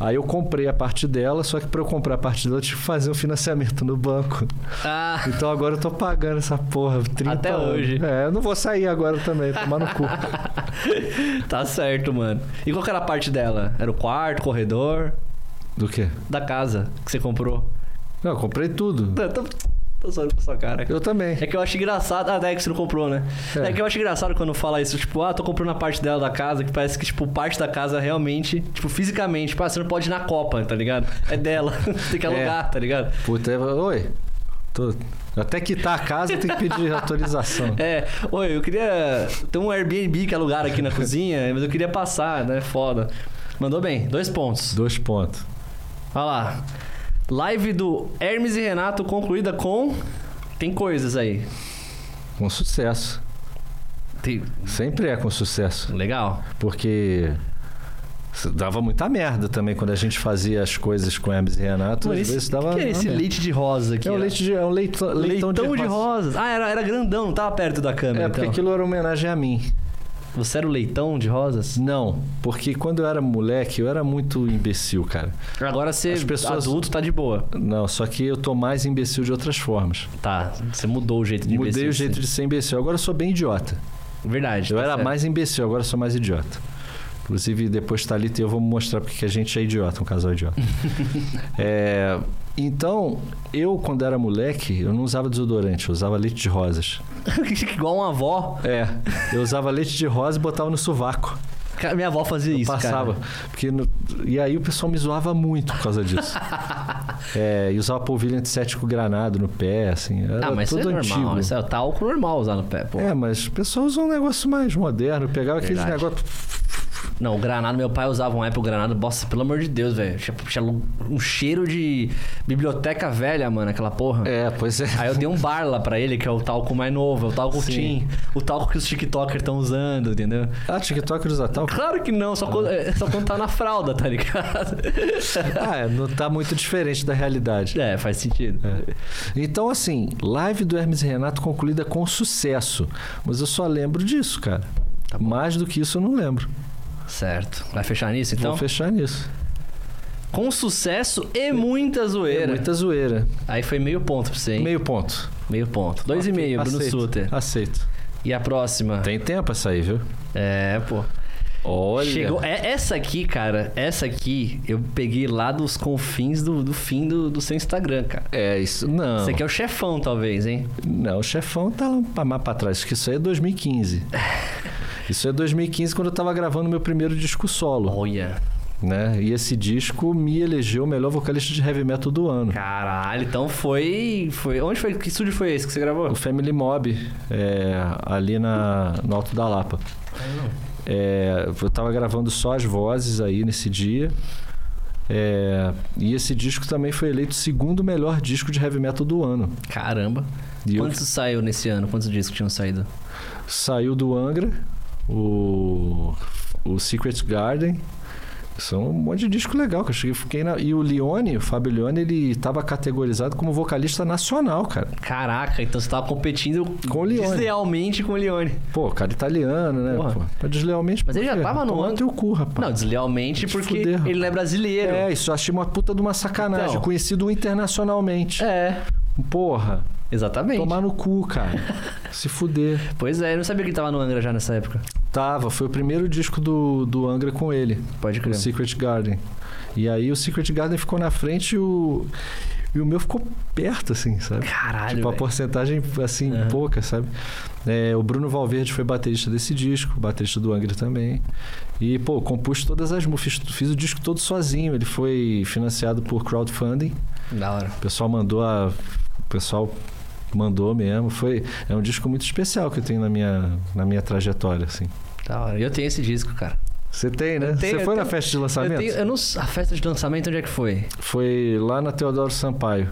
Speaker 2: Aí eu comprei a parte dela, só que pra eu comprar a parte dela eu tive que fazer um financiamento no banco.
Speaker 1: Ah,
Speaker 2: Então agora eu tô pagando essa porra, 30
Speaker 1: Até
Speaker 2: anos.
Speaker 1: hoje.
Speaker 2: É, eu não vou sair agora também, tomar no cu.
Speaker 1: tá certo, mano. E qual que era a parte dela? Era o quarto, corredor
Speaker 2: Do quê?
Speaker 1: da casa que você comprou?
Speaker 2: Não, eu comprei tudo.
Speaker 1: Não, eu tô, tô zoando com a sua cara.
Speaker 2: Eu também.
Speaker 1: É que eu acho engraçado. Ah, daí que você não comprou, né? É.
Speaker 2: É.
Speaker 1: que eu acho engraçado quando fala isso, tipo, ah, tô comprando a parte dela da casa, que parece que, tipo, parte da casa realmente, tipo, fisicamente, tipo, ah, você não pode ir na Copa, tá ligado? É dela. tem que alugar, tá ligado?
Speaker 2: Puta, é... oi. Tô- Até quitar a casa tem que pedir autorização.
Speaker 1: É, oi, eu queria. Tem um Airbnb que alugaram aqui na cozinha, mas eu queria passar, né? Foda. Mandou bem, dois pontos.
Speaker 2: Dois pontos.
Speaker 1: Olha lá. Live do Hermes e Renato concluída com. Tem coisas aí.
Speaker 2: Com sucesso.
Speaker 1: Tem-
Speaker 2: Sempre é com sucesso.
Speaker 1: Legal.
Speaker 2: Porque dava muita merda também quando a gente fazia as coisas com Hermes e Renato.
Speaker 1: Mano,
Speaker 2: às
Speaker 1: esse,
Speaker 2: vezes
Speaker 1: que
Speaker 2: dava
Speaker 1: que era
Speaker 2: uma
Speaker 1: esse
Speaker 2: merda.
Speaker 1: leite de rosa aqui?
Speaker 2: É um
Speaker 1: ó?
Speaker 2: leite de, é um leito, leitão,
Speaker 1: Leitão de,
Speaker 2: rosa.
Speaker 1: rosas. Ah, era, era grandão, não tava perto da câmera.
Speaker 2: É, porque
Speaker 1: então.
Speaker 2: aquilo era uma homenagem a mim.
Speaker 1: Você era o leitão de rosas?
Speaker 2: Não, porque quando eu era moleque, eu era muito imbecil, cara.
Speaker 1: Agora você,
Speaker 2: As pessoas-
Speaker 1: adulto, tá de boa.
Speaker 2: Não, só que eu tô mais imbecil de outras formas.
Speaker 1: Tá, você mudou o jeito de
Speaker 2: Mudei
Speaker 1: imbecil,
Speaker 2: o jeito de ser imbecil. Agora eu sou bem idiota.
Speaker 1: sim. Verdade.
Speaker 2: Eu
Speaker 1: tá
Speaker 2: era
Speaker 1: certo.
Speaker 2: mais imbecil, agora eu sou mais idiota. Inclusive, depois tá ali, eu vou mostrar porque que a gente é idiota, um casal idiota. É, então, eu, quando era moleque, eu não usava desodorante, eu usava leite de rosas.
Speaker 1: Igual uma avó.
Speaker 2: É, eu usava leite de rosa e botava no sovaco.
Speaker 1: Cara, Minha avó fazia isso,
Speaker 2: passava.
Speaker 1: cara.
Speaker 2: Porque no- e aí o pessoal me zoava muito por causa disso. É, e usava polvilho antisséptico granado no pé, assim. Era
Speaker 1: Ah, mas isso é
Speaker 2: tudo
Speaker 1: normal.
Speaker 2: antigo.
Speaker 1: Isso é o talco normal usar no pé, pô.
Speaker 2: É, mas o pessoal usou um negócio mais moderno, pegava aqueles
Speaker 1: Verdade.
Speaker 2: negócios.
Speaker 1: Não, o granado, meu pai usava uma época o granado. Nossa, pelo amor de Deus, velho. Tinha- Tinha um cheiro de biblioteca velha, mano, aquela porra.
Speaker 2: É, pois é.
Speaker 1: Aí eu dei um bar lá pra ele, que é o talco mais novo, é o talco
Speaker 2: Sim.
Speaker 1: Tim. O talco que os TikTokers estão usando, entendeu?
Speaker 2: Ah, TikTok usa tal?
Speaker 1: Claro que não, só quando, é só quando tá na fralda, tá ligado?
Speaker 2: Ah, é, não tá muito diferente da realidade.
Speaker 1: É, faz sentido.
Speaker 2: É. Então, assim, live do Hermes e Renato concluída com sucesso. Mas eu só lembro disso, cara.
Speaker 1: Tá
Speaker 2: Mais do que isso, eu não lembro.
Speaker 1: Certo. Vai fechar nisso, então?
Speaker 2: É. Vou fechar nisso.
Speaker 1: Com sucesso e muita zoeira.
Speaker 2: É muita zoeira.
Speaker 1: Aí foi meio ponto pra você, hein? Meio,
Speaker 2: Meio ponto.
Speaker 1: ponto. Dois e meio, Bruno
Speaker 2: Aceito.
Speaker 1: Suter.
Speaker 2: Aceito.
Speaker 1: E a próxima?
Speaker 2: Tem tempo essa aí, viu?
Speaker 1: É, pô.
Speaker 2: Olha.
Speaker 1: Chegou. É, essa aqui, cara, essa aqui eu peguei lá dos confins do, do fim do, do seu Instagram, cara.
Speaker 2: É isso. Não.
Speaker 1: Esse aqui é o chefão, talvez, hein?
Speaker 2: Não, o chefão tá lá pra- mais pra trás. que Isso aí é 2015. Isso é 2015 quando eu tava gravando meu primeiro disco solo,
Speaker 1: Olha.
Speaker 2: né? E esse disco me elegeu o melhor vocalista de heavy metal do ano.
Speaker 1: Caralho, então foi. foi... Onde foi? Que estúdio foi esse que você gravou?
Speaker 2: O Family Mob, é, ali na, no Alto da Lapa. É, eu tava gravando só as vozes aí nesse dia. É, e esse disco também foi eleito o segundo melhor disco de heavy metal do ano.
Speaker 1: Caramba.
Speaker 2: E eu
Speaker 1: Quantos saiu nesse ano? Quantos discos tinham saído?
Speaker 2: saiu do Angra, o, o Secret Garden. São um monte de disco legal que eu cheguei, fiquei na- E o Leone, o Fábio Leone, ele tava categorizado como vocalista nacional, cara.
Speaker 1: Caraca, então você tava competindo
Speaker 2: Com o Leone.
Speaker 1: deslealmente com o Leone.
Speaker 2: Pô, cara italiano, né?
Speaker 1: Porra.
Speaker 2: Pô, tá deslealmente.
Speaker 1: Mas ele já tava no
Speaker 2: ano.
Speaker 1: Angra.
Speaker 2: teu cu, rapaz.
Speaker 1: Não, deslealmente
Speaker 2: Te
Speaker 1: porque
Speaker 2: fuder,
Speaker 1: ele não é brasileiro.
Speaker 2: É, isso eu achei uma puta de uma sacanagem.
Speaker 1: Então.
Speaker 2: Conhecido internacionalmente.
Speaker 1: É,
Speaker 2: Porra,
Speaker 1: exatamente.
Speaker 2: tomar no cu, cara. Se fuder.
Speaker 1: Pois é, eu não sabia que ele tava no Angra já nessa época.
Speaker 2: Tava, foi o primeiro disco do, do Angra com ele.
Speaker 1: Pode
Speaker 2: O
Speaker 1: crer.
Speaker 2: Secret Garden. E aí o Secret Garden ficou na frente e o, e o meu ficou perto, assim, sabe?
Speaker 1: Caralho,
Speaker 2: Tipo, a
Speaker 1: velho.
Speaker 2: porcentagem, assim,
Speaker 1: Aham.
Speaker 2: pouca, sabe? É, o Bruno Valverde foi baterista desse disco, baterista do Angra também. E, pô, compus todas as músicas, fiz, fiz o disco todo sozinho. Ele foi financiado por crowdfunding.
Speaker 1: Da hora.
Speaker 2: O pessoal mandou a... O pessoal mandou mesmo. Foi, é um disco muito especial que eu tenho na minha, na minha trajetória, assim.
Speaker 1: Da hora. E Eu tenho esse disco, cara.
Speaker 2: Você tem, né?
Speaker 1: tenho,
Speaker 2: Você
Speaker 1: eu
Speaker 2: foi na
Speaker 1: tenho.
Speaker 2: festa de
Speaker 1: Eu,
Speaker 2: lançamento?
Speaker 1: tenho, eu não s- A festa de lançamento onde é que foi?
Speaker 2: Foi lá na Teodoro Sampaio.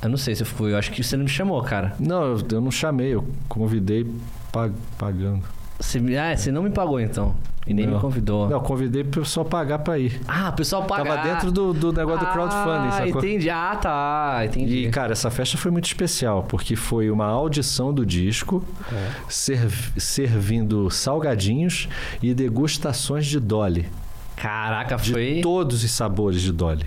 Speaker 1: Eu não sei se eu fui. Eu acho que você não me chamou, cara.
Speaker 2: Não, eu, eu não chamei, eu convidei pag- pagando.
Speaker 1: Você, me- ah, você não me pagou então. E nem
Speaker 2: Não.
Speaker 1: me convidou.
Speaker 2: Não, eu convidei pro pessoal pagar pra ir.
Speaker 1: Ah, o pessoal paga.
Speaker 2: Tava dentro do, do negócio do crowdfunding,
Speaker 1: Ah,
Speaker 2: sacou?
Speaker 1: entendi. Ah, tá. Entendi.
Speaker 2: E, cara, essa festa foi muito especial, porque foi uma audição do disco,
Speaker 1: É.
Speaker 2: serv- servindo salgadinhos e degustações de Dolly.
Speaker 1: Caraca,
Speaker 2: De
Speaker 1: foi
Speaker 2: todos os sabores de Dolly.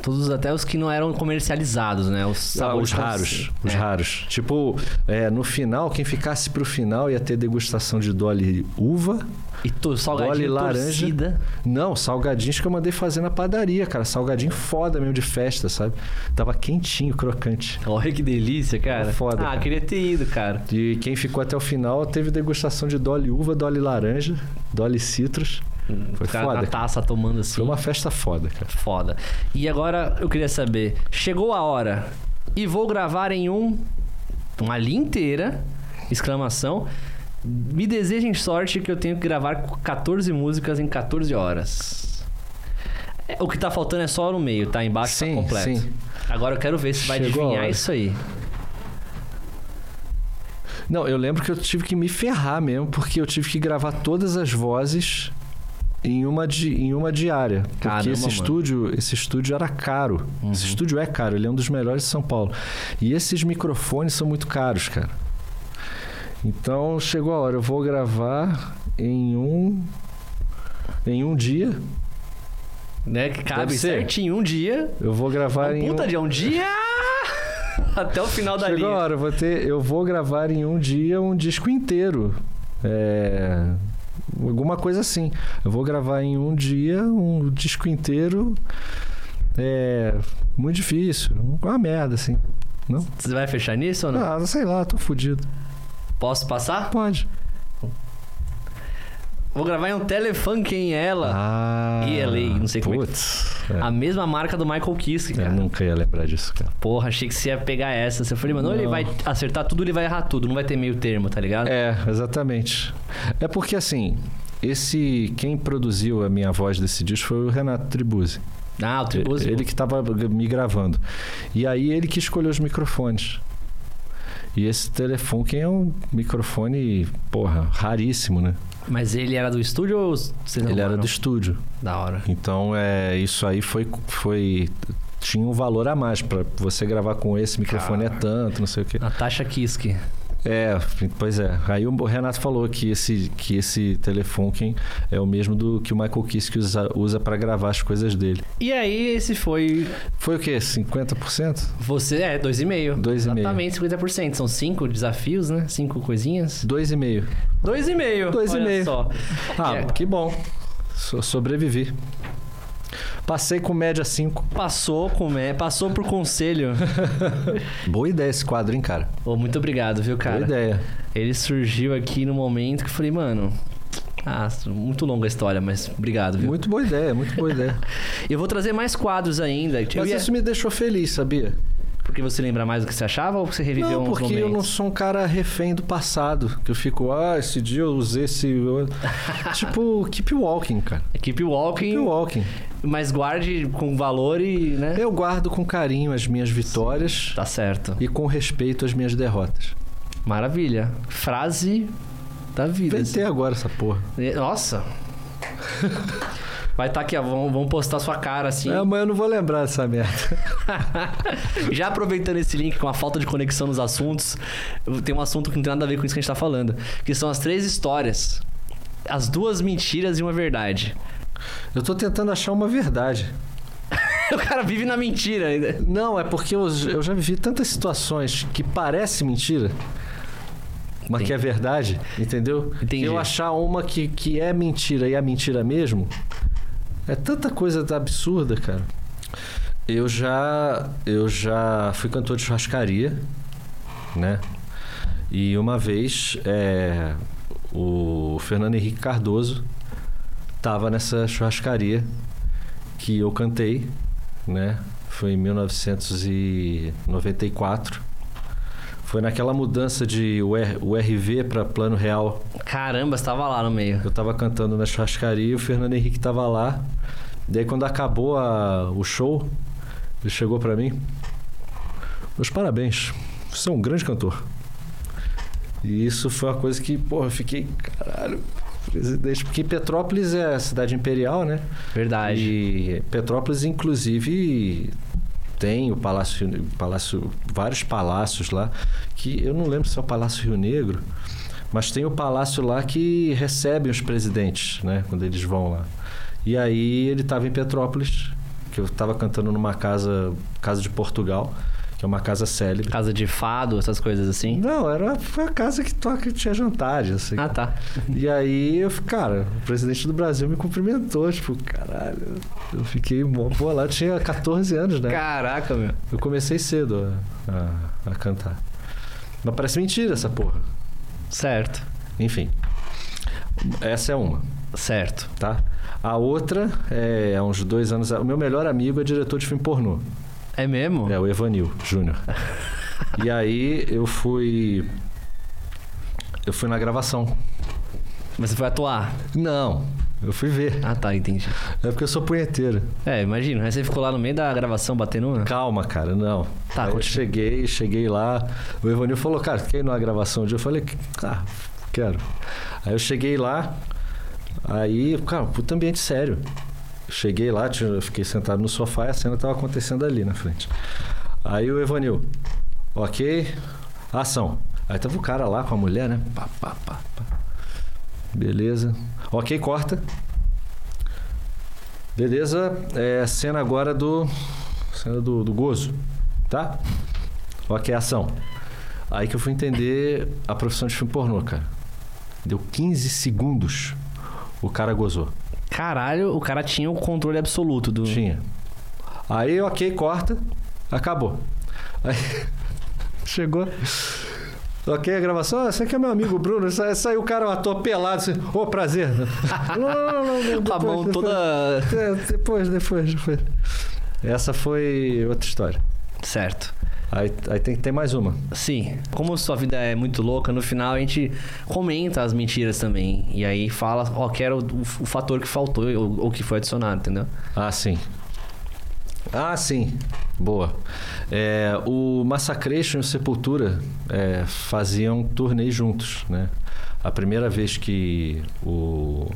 Speaker 1: todos até os que não eram comercializados, né? Os
Speaker 2: Ah,
Speaker 1: sabores
Speaker 2: os raros. Os
Speaker 1: É.
Speaker 2: raros. Tipo, é, no final, quem ficasse pro final ia ter degustação de Dolly uva.
Speaker 1: E tu,
Speaker 2: Dolly
Speaker 1: salgadinho,
Speaker 2: laranja.
Speaker 1: torcida.
Speaker 2: Não, salgadinhos que eu mandei fazer na padaria, cara. Salgadinho foda mesmo de festa, sabe? Tava quentinho, crocante.
Speaker 1: Olha que delícia, cara.
Speaker 2: É foda,
Speaker 1: Ah,
Speaker 2: cara.
Speaker 1: queria ter ido, cara.
Speaker 2: E quem ficou até o final teve degustação de Dolly uva, Dolly laranja, Dolly citrus. Foi
Speaker 1: O cara
Speaker 2: foda.
Speaker 1: na
Speaker 2: cara.
Speaker 1: taça tomando assim.
Speaker 2: Foi uma festa foda, cara.
Speaker 1: Foda. E agora eu queria saber, chegou a hora e vou gravar em um uma linha inteira, exclamação. Me desejem sorte que eu tenho que gravar 14 músicas em 14 horas. É, O que tá faltando é só no meio, tá? Embaixo
Speaker 2: Sim,
Speaker 1: tá completo.
Speaker 2: sim.
Speaker 1: Agora eu quero ver se vai
Speaker 2: Chegou a
Speaker 1: adivinhar
Speaker 2: hora.
Speaker 1: isso aí.
Speaker 2: Não, eu lembro que eu tive que me ferrar mesmo, porque eu tive que gravar todas as vozes em uma, di- em uma diária. Porque
Speaker 1: Caramba,
Speaker 2: esse
Speaker 1: mano. Uhum.
Speaker 2: estúdio, esse estúdio era caro. Esse estúdio é caro, ele é um dos melhores de São Paulo. E esses microfones são muito caros, cara. Então chegou a hora, eu vou gravar em um. Em um dia.
Speaker 1: Né? Que cabe
Speaker 2: Deve ser.
Speaker 1: certinho um dia.
Speaker 2: Eu vou gravar
Speaker 1: Um
Speaker 2: em.
Speaker 1: puta
Speaker 2: um...
Speaker 1: de um dia! Até o final da
Speaker 2: Chegou a
Speaker 1: linha.
Speaker 2: hora, eu vou, ter, eu vou gravar em um dia um disco inteiro. É, alguma coisa assim. Eu vou gravar em um dia um disco inteiro. É muito difícil. Uma merda, assim.
Speaker 1: Você vai fechar nisso ou não?
Speaker 2: Ah, sei lá, tô fudido. Ah.
Speaker 1: Posso passar?
Speaker 2: Pode.
Speaker 1: Vou gravar em um telefunk em ela.
Speaker 2: Ah,
Speaker 1: E LA, não sei como é que-
Speaker 2: putz. é
Speaker 1: A mesma marca do Michael Kiske,
Speaker 2: Eu
Speaker 1: cara.
Speaker 2: nunca ia lembrar disso, cara.
Speaker 1: Porra, achei que você ia pegar essa. Você falei, mano, ou ele
Speaker 2: Não.
Speaker 1: vai acertar tudo, ele vai errar tudo. Não vai ter meio termo, tá ligado?
Speaker 2: É, exatamente. É porque assim, esse quem produziu a minha voz desse disco foi o Renato Tribuzzi.
Speaker 1: Ah, o Tribuzi.
Speaker 2: Ele que estava me gravando. E aí ele que escolheu os microfones. E esse telefone que é um microfone, porra, raríssimo, né?
Speaker 1: Mas ele era do estúdio ou você não
Speaker 2: ele era
Speaker 1: mano?
Speaker 2: do estúdio.
Speaker 1: Da hora.
Speaker 2: Então, é, isso aí foi foi tinha um valor a mais para você gravar com esse microfone é tanto, não sei o quê.
Speaker 1: Natasha Kiske.
Speaker 2: É, pois é. Aí o Renato falou que esse que esse telefone é o mesmo do que o Michael Kiske usa, usa para gravar as coisas dele.
Speaker 1: E aí, esse foi
Speaker 2: Foi o quê? 50%?
Speaker 1: você. É, 2,5.
Speaker 2: 2,5.
Speaker 1: Exatamente, 50%. São cinco desafios, né? Cinco coisinhas.
Speaker 2: 2,5.
Speaker 1: 2,5.
Speaker 2: Dois e
Speaker 1: olha
Speaker 2: meio.
Speaker 1: só.
Speaker 2: Ah,
Speaker 1: É.
Speaker 2: que bom. So- sobrevivi. Passei com média 5.
Speaker 1: Passou, com, é, passou por conselho.
Speaker 2: Boa ideia esse quadro, hein, cara?
Speaker 1: Ô, muito obrigado, viu, cara?
Speaker 2: Boa ideia.
Speaker 1: Ele surgiu aqui no momento que eu falei, mano. Ah, muito longa a história, mas obrigado, viu?
Speaker 2: Muito boa ideia, muito boa ideia.
Speaker 1: Eu vou trazer mais quadros ainda. Eu
Speaker 2: Mas
Speaker 1: ia-
Speaker 2: isso me deixou feliz, sabia?
Speaker 1: Porque você lembra mais do que você achava ou você reviveu
Speaker 2: Não,
Speaker 1: uns
Speaker 2: porque eu não
Speaker 1: momentos?
Speaker 2: sou um cara refém do passado. Que eu fico, ah, esse dia eu usei esse. outro." tipo, keep walking, cara.
Speaker 1: Keep walking,
Speaker 2: Keep walking.
Speaker 1: mas guarde com valor e, né?
Speaker 2: Eu guardo com carinho as minhas vitórias
Speaker 1: Tá certo.
Speaker 2: e com respeito as minhas derrotas.
Speaker 1: Maravilha. Frase da vida.
Speaker 2: Inventei agora essa porra.
Speaker 1: assim. Nossa. Vai estar aqui, ó, vão, vão postar sua cara assim.
Speaker 2: É, amanhã eu não vou lembrar dessa merda.
Speaker 1: Já aproveitando esse link com a falta de conexão nos assuntos, tem um assunto que não tem nada a ver com isso que a gente tá falando. Que são as três histórias. As duas mentiras e uma verdade.
Speaker 2: Eu tô tentando achar uma verdade.
Speaker 1: O cara vive na mentira ainda.
Speaker 2: Não, é porque eu, eu já vivi tantas situações que parece mentira, mas que é verdade, entendeu?
Speaker 1: Entendi.
Speaker 2: Que eu achar uma que, que é mentira e é mentira mesmo, é tanta coisa absurda, cara. Eu já, eu já fui cantor de churrascaria, né? E uma vez é, o Fernando Henrique Cardoso tava nessa churrascaria que eu cantei, né? Foi em 1994. Foi naquela mudança de UR URV para Plano Real.
Speaker 1: Caramba, você tava lá no meio.
Speaker 2: Eu tava cantando na churrascaria e o Fernando Henrique tava lá. Daí quando acabou a- o show, ele chegou para mim. Meus parabéns, você é um grande cantor. E isso foi uma coisa que, porra, eu fiquei, caralho, presidente. Porque Petrópolis é a cidade imperial, né?
Speaker 1: Verdade.
Speaker 2: E Petrópolis, inclusive, tem o Palácio, o Palácio, vários palácios lá, que eu não lembro se é o Palácio Rio Negro, mas tem o palácio lá que recebe os presidentes, né, quando eles vão lá. E aí ele estava em Petrópolis, que eu estava cantando numa casa, casa de Portugal, que é uma casa célebre.
Speaker 1: Casa de fado, essas coisas assim.
Speaker 2: Não, era foi a casa que toca que tinha jantares, assim.
Speaker 1: Ah, tá.
Speaker 2: E aí, eu, fi- cara, o presidente do Brasil me cumprimentou, tipo, caralho. Eu fiquei mó pô, lá eu tinha 14 anos, né?
Speaker 1: Caraca, meu.
Speaker 2: Eu comecei cedo a, a- a cantar. Mas parece mentira essa porra.
Speaker 1: Certo,
Speaker 2: Enfim. Essa é uma,
Speaker 1: certo.
Speaker 2: tá? A outra é há uns dois anos. O meu melhor amigo é diretor de filme pornô.
Speaker 1: É mesmo?
Speaker 2: É, o Evanil Júnior. e aí eu fui. Eu fui na gravação.
Speaker 1: Mas você foi atuar?
Speaker 2: Não, eu fui ver.
Speaker 1: Ah, tá, entendi.
Speaker 2: É porque eu sou punheteiro.
Speaker 1: É, imagino. Aí você ficou lá no meio da gravação batendo uma.
Speaker 2: Calma, cara, não.
Speaker 1: Tá,
Speaker 2: Aí eu
Speaker 1: continua.
Speaker 2: cheguei, cheguei lá. O Evanil falou, cara, quer ir numa gravação um dia? Eu falei, ah, quero. Aí eu cheguei lá, aí, cara, puta ambiente sério. Cheguei lá, tinha- eu fiquei sentado no sofá e a cena tava acontecendo ali na frente. Aí o Evanil, ok, ação. Aí tava o cara lá com a mulher, né? Pá, pá, pá, pá. Beleza. Ok, corta. Beleza, é cena agora do. Cena do, do gozo, tá? Ok, ação. Aí que eu fui entender a profissão de filme pornô, cara. Deu 15 segundos, o cara gozou.
Speaker 1: Caralho, o cara tinha o controle absoluto do.
Speaker 2: Tinha. Aí, ok, corta, acabou. Aí, chegou. Ok, a gravação, ah, você que é meu amigo Bruno, Sa- saiu o cara, o ator pelado, assim, ô, prazer. não, não, não, não,
Speaker 1: Com a
Speaker 2: depois,
Speaker 1: mão
Speaker 2: depois.
Speaker 1: toda.
Speaker 2: É, depois, depois, depois. Essa foi outra história.
Speaker 1: Certo.
Speaker 2: Aí, aí tem que ter mais uma.
Speaker 1: Sim. Como sua vida é muito louca, no final a gente comenta as mentiras também. E aí fala, ó, quero o, o fator que faltou ou, ou que foi adicionado, entendeu?
Speaker 2: Ah, sim. Ah, sim. Boa. É, o Massacration e o Sepultura é, faziam turnê juntos, né? A primeira vez que o,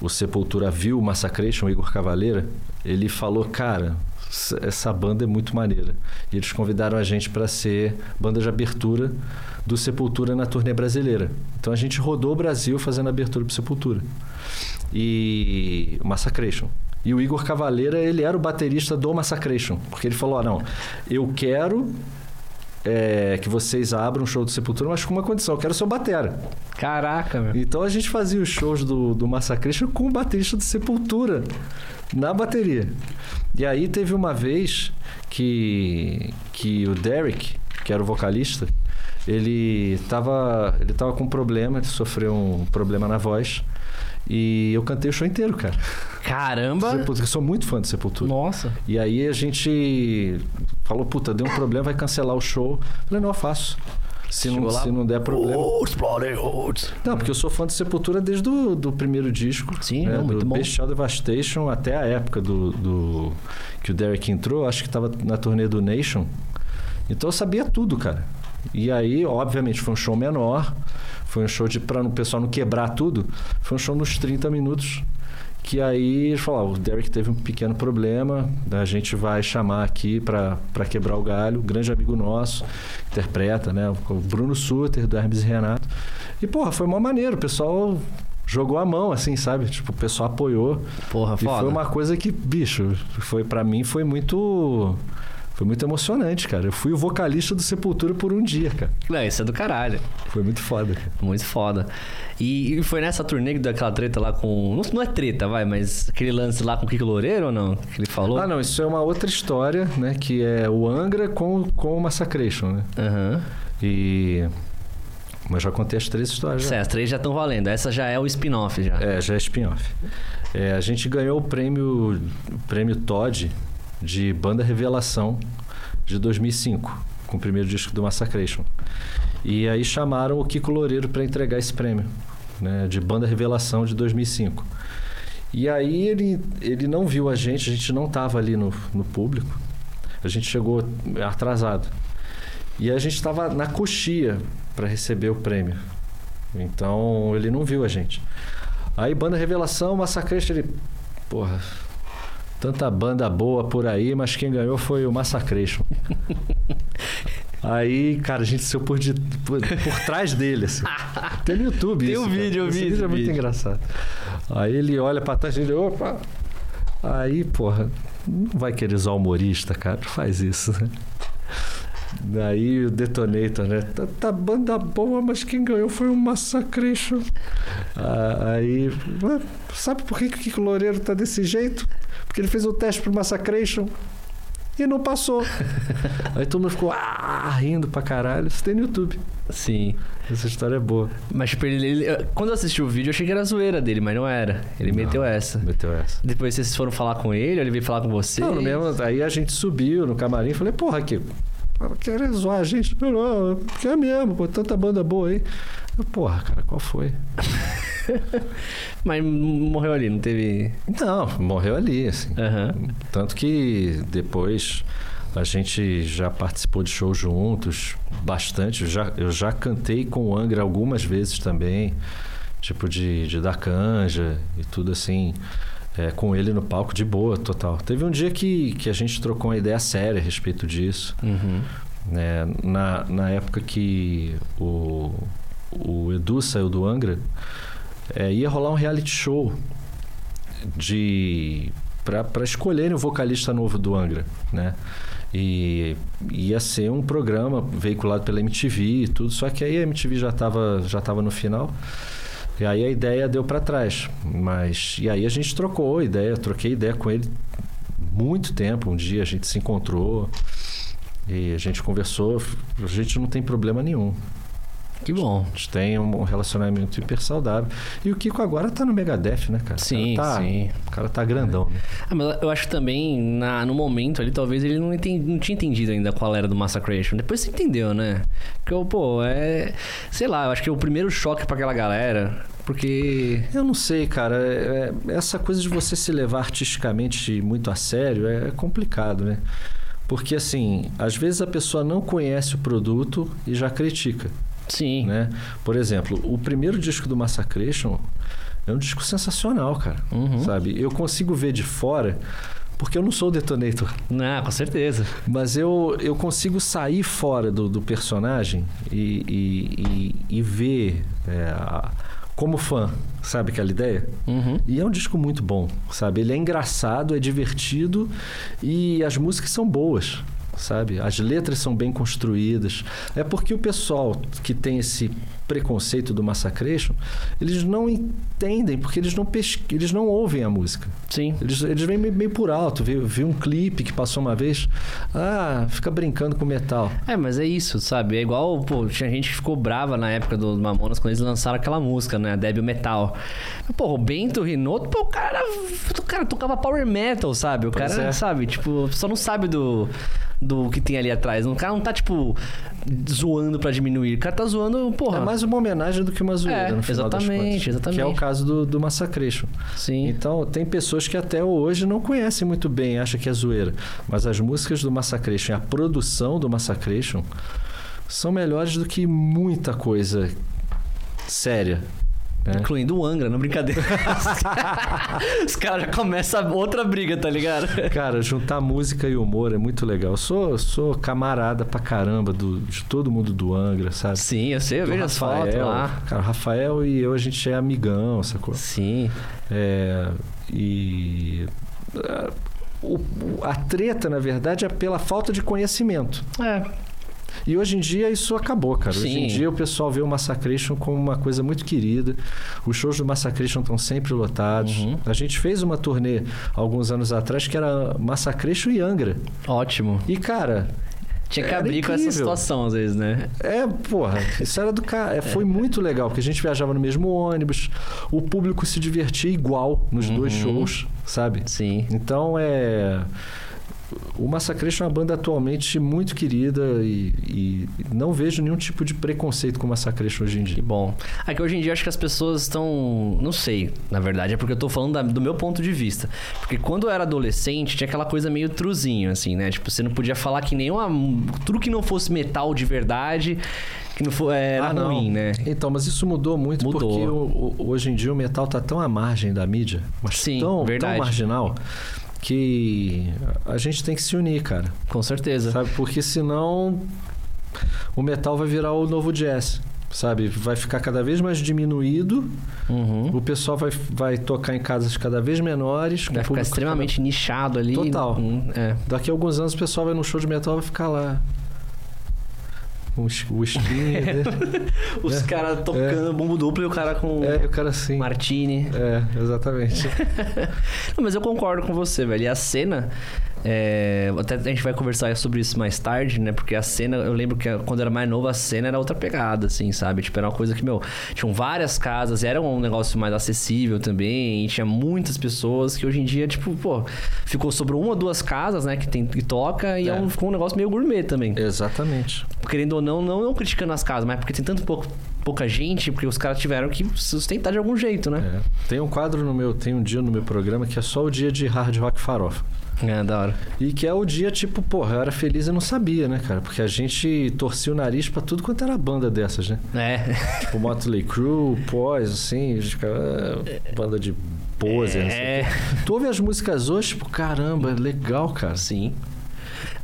Speaker 2: o Sepultura viu o Massacration, o Igor Cavaleira, ele falou, cara, s- essa banda é muito maneira. E eles convidaram a gente para ser banda de abertura do Sepultura na turnê brasileira. Então a gente rodou o Brasil fazendo abertura pro Sepultura. E o Massacration. E o Igor Cavaleira, ele era o baterista do Massacration. Porque ele falou, ah, não, eu quero é, que vocês abram o show do Sepultura, mas com uma condição, eu quero ser o batera.
Speaker 1: Caraca, meu.
Speaker 2: Então a gente fazia os shows do, do Massacration com o baterista do Sepultura na bateria. E aí teve uma vez que, que o Derek, que era o vocalista, ele tava, ele tava com um problema, ele sofreu um problema na voz. E eu cantei o show inteiro, cara.
Speaker 1: Caramba!
Speaker 2: Sepultura, eu sou muito fã do Sepultura.
Speaker 1: Nossa.
Speaker 2: E aí a gente falou, puta, deu um problema, vai cancelar o show. Eu falei, não, eu faço. Se não,
Speaker 1: Chegou lá,
Speaker 2: se não der problema. Não, porque eu sou fã do Sepultura desde o do primeiro disco.
Speaker 1: Sim,
Speaker 2: né?
Speaker 1: não, muito
Speaker 2: do
Speaker 1: bom.
Speaker 2: Bestial Devastation até a época do, do- que o Derek entrou, acho que estava na turnê do Nation. Então eu sabia tudo, cara. E aí, obviamente, foi um show menor, foi um show de para o pessoal não quebrar tudo, foi um show nos 30 minutos. Que aí eles falaram, "Ó, o Derek teve um pequeno problema, né, a gente vai chamar aqui para quebrar o galho, um grande amigo nosso, interpreta, né? O Bruno Suter, do Hermes e Renato. E, porra, foi mó maneiro, o pessoal jogou a mão, assim, sabe? Tipo, o pessoal apoiou.
Speaker 1: Porra,
Speaker 2: E
Speaker 1: Tá foda.
Speaker 2: foi uma coisa que, bicho, foi para mim foi muito foi muito emocionante, cara. Eu fui o vocalista do Sepultura por um dia, cara.
Speaker 1: Não, isso é do caralho.
Speaker 2: Foi muito foda. cara.
Speaker 1: Muito foda. E, e foi nessa turnê que deu aquela treta lá com. Não, não é treta, vai, mas aquele lance lá com o Kiko Loureiro ou não? Que ele falou?
Speaker 2: Ah, não, isso é uma outra história, né, que é o Angra com com o Massacration, né?
Speaker 1: Aham.
Speaker 2: E mas já contei as três histórias. né? já.
Speaker 1: Certo, as três já estão valendo. Essa já é o spin-off já.
Speaker 2: É, já é spin-off. É, a gente ganhou o prêmio, o prêmio Todd de Banda Revelação de 2005, com o primeiro disco do Massacration. E aí chamaram o Kiko Loureiro para entregar esse prêmio, né, de Banda Revelação de 2005. E aí ele, ele não viu a gente, a gente não estava ali no, no público, a gente chegou atrasado. E a gente estava na coxia para receber o prêmio. Então ele não viu a gente. Aí banda Revelação, Massacration, ele. Porra. Tanta banda boa por aí, mas quem ganhou foi o Massacration. aí, cara, a gente saiu por, de- por, por trás dele, assim. Tem no YouTube
Speaker 1: Tem
Speaker 2: isso.
Speaker 1: um
Speaker 2: cara.
Speaker 1: vídeo, eu
Speaker 2: Esse
Speaker 1: vi
Speaker 2: vídeo
Speaker 1: esse
Speaker 2: é muito
Speaker 1: vídeo.
Speaker 2: engraçado. Aí ele olha pra trás e ele, opa! Aí, porra, não vai querer usar humorista, cara, não faz isso, né? Daí o Detonator, né? Tá, tá banda boa, mas quem ganhou foi um Massacration. Ah, aí, ué, sabe por que, que o Kiko Loureiro tá desse jeito? Porque ele fez o teste pro Massacration e não passou. aí todo mundo ficou ah, rindo pra caralho. Isso tem no YouTube.
Speaker 1: Sim.
Speaker 2: Essa história é boa.
Speaker 1: Mas, tipo, ele, ele- eu- quando eu assisti o vídeo, eu achei que era zoeira dele, mas não era. Ele meteu essa.
Speaker 2: Meteu essa.
Speaker 1: Depois vocês foram falar com ele, ou ele veio falar com você.
Speaker 2: Não, no mesmo, aí a gente subiu no camarim e falei, porra, Kiko, quer zoar a gente? Não, não, quer mesmo, pô, tanta banda boa aí. Eu, porra, cara, qual foi?
Speaker 1: Mas morreu ali, não teve.
Speaker 2: Não, morreu ali, assim.
Speaker 1: Aham.
Speaker 2: Tanto que depois a gente já participou de shows juntos, bastante. Eu já, eu já cantei com o Angra algumas vezes também, tipo de, de dar canja e tudo assim, é, com ele no palco de boa, total. Teve um dia que, que a gente trocou uma ideia séria a respeito disso.
Speaker 1: Uhum.
Speaker 2: né? na, na época que o, o Edu saiu do Angra, é, ia rolar um reality show de para escolherem o vocalista novo do Angra, né? E ia ser um programa veiculado pela MTV e tudo, só que aí a MTV já estava já tava no final. E aí a ideia deu para trás, mas e aí a gente trocou a ideia, troquei ideia com ele muito tempo, um dia a gente se encontrou e a gente conversou, a gente não tem problema nenhum.
Speaker 1: Que bom.
Speaker 2: A gente tem um relacionamento hiper saudável. E o Kiko agora tá no Megadeth, né, cara? O
Speaker 1: Sim,
Speaker 2: cara tá-
Speaker 1: sim.
Speaker 2: O cara tá grandão, né?
Speaker 1: Ah, mas eu acho que também, na- no momento ali, talvez ele não, enten- não tinha entendido ainda qual era do Massacration. Depois você entendeu, né? Porque, pô, é. Sei lá, eu acho que é o primeiro choque pra aquela galera. Porque.
Speaker 2: Eu não sei, cara. É- é- essa coisa de você se levar artisticamente muito a sério é, é complicado, né? Porque, assim, às vezes a pessoa não conhece o produto e já critica,
Speaker 1: Sim.
Speaker 2: né? Por exemplo, o primeiro disco do Massacration é um disco sensacional, cara.
Speaker 1: Uhum.
Speaker 2: Sabe? Eu consigo ver de fora porque eu não sou o detonator.
Speaker 1: Ah, com certeza.
Speaker 2: Mas eu, eu consigo sair fora do, do personagem e, e, e- e ver é, a- como fã, sabe aquela ideia? E é um disco muito bom, sabe? Ele é engraçado, é divertido e as músicas são boas, sabe? As letras são bem construídas. É porque o pessoal que tem esse preconceito do Massacration, eles não entendem, porque eles não, pesqu... eles não ouvem a música.
Speaker 1: Sim.
Speaker 2: Eles, eles vêm meio, meio por alto. Vi, vi um clipe que passou uma vez. Ah, fica brincando com metal.
Speaker 1: É, mas é isso, sabe? É igual, pô, tinha gente que ficou brava na época do Mamonas quando eles lançaram aquela música, né? A Débil Metal. Pô, o Bento Rinoto, pô, o cara, o cara tocava power metal, sabe? O
Speaker 2: Pois
Speaker 1: cara,
Speaker 2: é.
Speaker 1: sabe, tipo, só não sabe do, do que tem ali atrás. O cara não tá, tipo, zoando pra diminuir. O cara tá zoando, porra.
Speaker 2: É mais uma homenagem do que uma zoeira,
Speaker 1: É,
Speaker 2: no final das
Speaker 1: exatamente,
Speaker 2: contas.
Speaker 1: exatamente.
Speaker 2: Que é o caso do, do Massacration.
Speaker 1: Sim.
Speaker 2: Então, tem pessoas que até hoje não conhecem muito bem, acham que é zoeira. Mas as músicas do Massacration, e a produção do Massacration, são melhores do que muita coisa séria. né?
Speaker 1: Incluindo o Angra, não brincadeira. Os caras já começam outra briga, tá ligado?
Speaker 2: Cara, juntar música e humor é muito legal. Eu sou, eu sou camarada pra caramba do, de todo mundo do Angra, sabe?
Speaker 1: Sim, eu sei, eu
Speaker 2: Do
Speaker 1: vejo as fotos
Speaker 2: Rafael.
Speaker 1: lá.
Speaker 2: Cara, o Rafael e eu, a gente é amigão, sacou?
Speaker 1: Sim.
Speaker 2: É, e. ah, o- o- a treta, na verdade, é pela falta de conhecimento.
Speaker 1: É,
Speaker 2: E hoje em dia isso acabou, cara. Hoje em
Speaker 1: Sim.
Speaker 2: dia o pessoal vê o Massacration como uma coisa muito querida. Os shows do Massacration estão sempre lotados.
Speaker 1: Uhum.
Speaker 2: A gente fez uma turnê alguns anos atrás que era Massacration e Angra.
Speaker 1: ótimo.
Speaker 2: E, cara,
Speaker 1: Tinha que
Speaker 2: Era
Speaker 1: abrir com essa
Speaker 2: É incrível.
Speaker 1: situação às vezes, né?
Speaker 2: É, porra, isso era do cara. Foi muito legal, porque a gente viajava no mesmo ônibus, o público se divertia igual nos dois shows, sabe?
Speaker 1: Uhum. Sim.
Speaker 2: Então é. O Massacration é uma banda atualmente muito querida e, e não vejo nenhum tipo de preconceito com o Massacration hoje em
Speaker 1: Que
Speaker 2: dia.
Speaker 1: bom. É que hoje em dia eu acho que as pessoas estão. Não sei, na verdade, é porque eu tô falando da- do meu ponto de vista. Porque quando eu era adolescente, tinha aquela coisa meio truzinho, assim, né? Tipo, você não podia falar que nenhuma. Tudo que não fosse metal de verdade, que não for, era
Speaker 2: Ah, não.
Speaker 1: ruim, né?
Speaker 2: Então, mas isso mudou muito
Speaker 1: Mudou.
Speaker 2: porque o- o- hoje em dia o metal tá tão à margem da mídia, mas
Speaker 1: Sim,
Speaker 2: tão, tão
Speaker 1: verdade.
Speaker 2: marginal, que a gente tem que se unir, cara.
Speaker 1: Com certeza.
Speaker 2: Sabe? Porque senão o metal vai virar o novo jazz. Sabe? Vai ficar cada vez mais diminuído.
Speaker 1: Uhum.
Speaker 2: O pessoal vai, vai tocar em casas cada vez menores. com
Speaker 1: Vai ficar assim.
Speaker 2: público-
Speaker 1: extremamente nichado ali.
Speaker 2: Total.
Speaker 1: Hum, É.
Speaker 2: Daqui a alguns anos o pessoal vai num show de metal e vai ficar lá. O, es- o skin,
Speaker 1: Tipo
Speaker 2: né?
Speaker 1: Os caras tocando bumbo duplo e o cara com
Speaker 2: É, e o cara assim.
Speaker 1: martini.
Speaker 2: É, exatamente.
Speaker 1: Não, mas eu concordo com você, velho. E a cena. é, até a gente vai conversar sobre isso mais tarde, né? Porque a cena, eu lembro que quando eu era mais novo, a cena era outra pegada, assim, sabe? Tipo, era uma coisa que, meu, tinham várias casas, era um negócio mais acessível também, e tinha muitas pessoas que hoje em dia, tipo, pô, ficou sobre uma ou duas casas, né? Que, tem, que toca, e é.
Speaker 2: É.
Speaker 1: um, ficou um negócio meio gourmet também
Speaker 2: exatamente.
Speaker 1: querendo ou não, não, não criticando as casas, mas porque tem tanto pouco, pouca gente, porque os caras tiveram que sustentar de algum jeito, né?
Speaker 2: É. Tem um quadro no meu, tem um dia no meu programa que é só o dia de hard rock farofa.
Speaker 1: É, da hora.
Speaker 2: E que é o dia, tipo, porra, eu era feliz e não sabia, né, cara? Porque a gente torcia o nariz pra tudo quanto era banda dessas, né?
Speaker 1: É.
Speaker 2: Tipo, Motley Crue, Poison, assim, os caras- "Ah, banda de poser, não sei o
Speaker 1: É.
Speaker 2: Tu ouve as músicas hoje, tipo, caramba, legal, cara.
Speaker 1: Sim.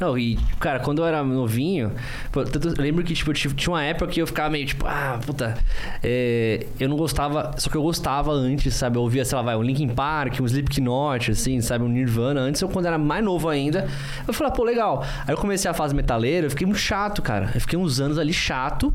Speaker 1: Não, e, cara, quando eu era novinho, pô, tanto- eu lembro que, tipo, eu tive- tinha uma época que eu ficava meio, tipo, ah, puta, é, eu não gostava, só que eu gostava antes, sabe? Eu ouvia, sei lá, vai, um Linkin Park, um Slipknot, assim, sabe? Um Nirvana. Antes, eu, quando era mais novo ainda, eu falava, pô, legal. Aí eu comecei a fase metaleira, eu fiquei muito chato, cara. Eu fiquei uns anos ali chato,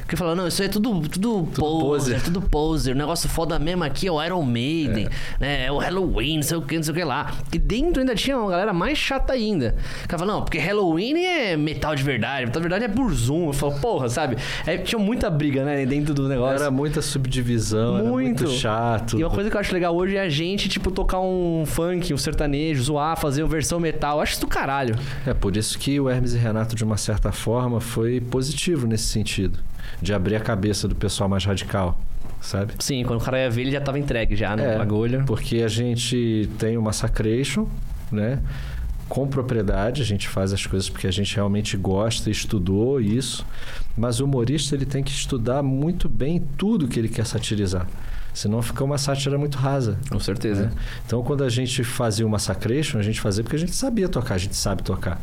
Speaker 1: porque eu falava, não, isso aí é tudo, tudo, poser,
Speaker 2: poser.
Speaker 1: é tudo poser. O negócio foda mesmo aqui é o Iron Maiden, né? É o Halloween, não sei o que, não sei o que lá. E dentro ainda tinha uma galera mais chata ainda. O cara fala, não, porque Halloween é metal de verdade, metal de verdade é burzum. Eu falo, porra, sabe? É, tinha muita briga, né? Dentro do negócio.
Speaker 2: Era muita subdivisão, era
Speaker 1: Muito.
Speaker 2: muito chato.
Speaker 1: E uma coisa que eu acho legal hoje é a gente, tipo, tocar um funk, um sertanejo, zoar, fazer uma versão metal. Eu acho isso do caralho.
Speaker 2: É por isso que o Hermes e Renato, de uma certa forma, foi positivo nesse sentido. De abrir a cabeça do pessoal mais radical, sabe?
Speaker 1: Sim, quando o cara ia ver, ele já tava entregue já, né?
Speaker 2: É,
Speaker 1: Bagulho.
Speaker 2: Porque a gente tem o Massacration, né? Com propriedade, a gente faz as coisas porque a gente realmente gosta, estudou isso. Mas o humorista ele tem que estudar muito bem tudo que ele quer satirizar. Senão fica uma sátira muito rasa.
Speaker 1: Com certeza.
Speaker 2: né? Então, quando a gente fazia o Massacration, a gente fazia porque a gente sabia tocar, a gente sabe tocar.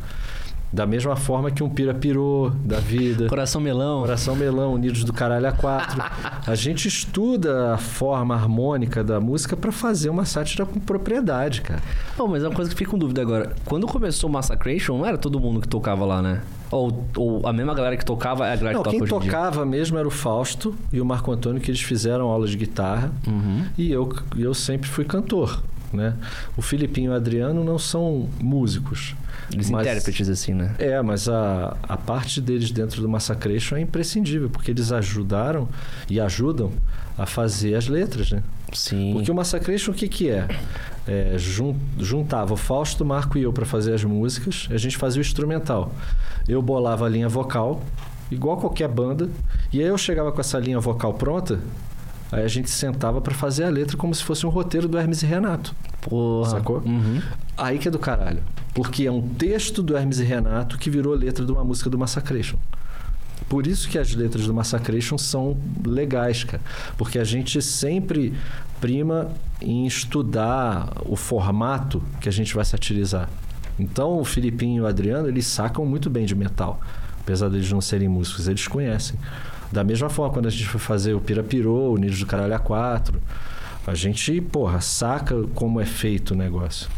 Speaker 2: Da mesma forma que um pira pirou da vida.
Speaker 1: É. Coração melão.
Speaker 2: Coração Melão, Unidos do Caralho a 4. a gente estuda a forma harmônica da música pra fazer uma sátira com propriedade, cara.
Speaker 1: Pô, mas é uma coisa que fica com dúvida agora. Quando começou o Massacration, não era todo mundo que tocava lá, né? Ou, ou a mesma galera que tocava é a galera
Speaker 2: Não,
Speaker 1: que toca
Speaker 2: quem
Speaker 1: hoje em dia.
Speaker 2: tocava mesmo era o Fausto e o Marco Antônio, que eles fizeram aula de guitarra.
Speaker 1: Uhum.
Speaker 2: E eu, e eu sempre fui cantor, né? O Filipinho e o Adriano não são músicos.
Speaker 1: Eles
Speaker 2: mas-
Speaker 1: intérpretes, assim, né?
Speaker 2: É, mas a, a parte deles dentro do Massacration é imprescindível, porque eles ajudaram e ajudam a fazer as letras, né?
Speaker 1: Sim.
Speaker 2: Porque o Massacration, o que que é? É, jun- juntava o Fausto, o Marco e eu para fazer as músicas, a gente fazia o instrumental. Eu bolava a linha vocal, igual qualquer banda, e aí eu chegava com essa linha vocal pronta, aí a gente sentava para fazer a letra como se fosse um roteiro do Hermes e Renato.
Speaker 1: Porra.
Speaker 2: Sacou?
Speaker 1: Uhum.
Speaker 2: Aí que é do caralho. Porque é um texto do Hermes e Renato que virou letra de uma música do Massacration. Por isso que as letras do Massacration são legais, cara. Porque a gente sempre prima em estudar o formato que a gente vai satirizar. Então, o Filipinho e o Adriano, eles sacam muito bem de metal. Apesar deles não serem músicos, eles conhecem. Da mesma forma, quando a gente foi fazer o Pirapirô, o Nidos do Caralho A4, a gente, porra, saca como é feito o negócio.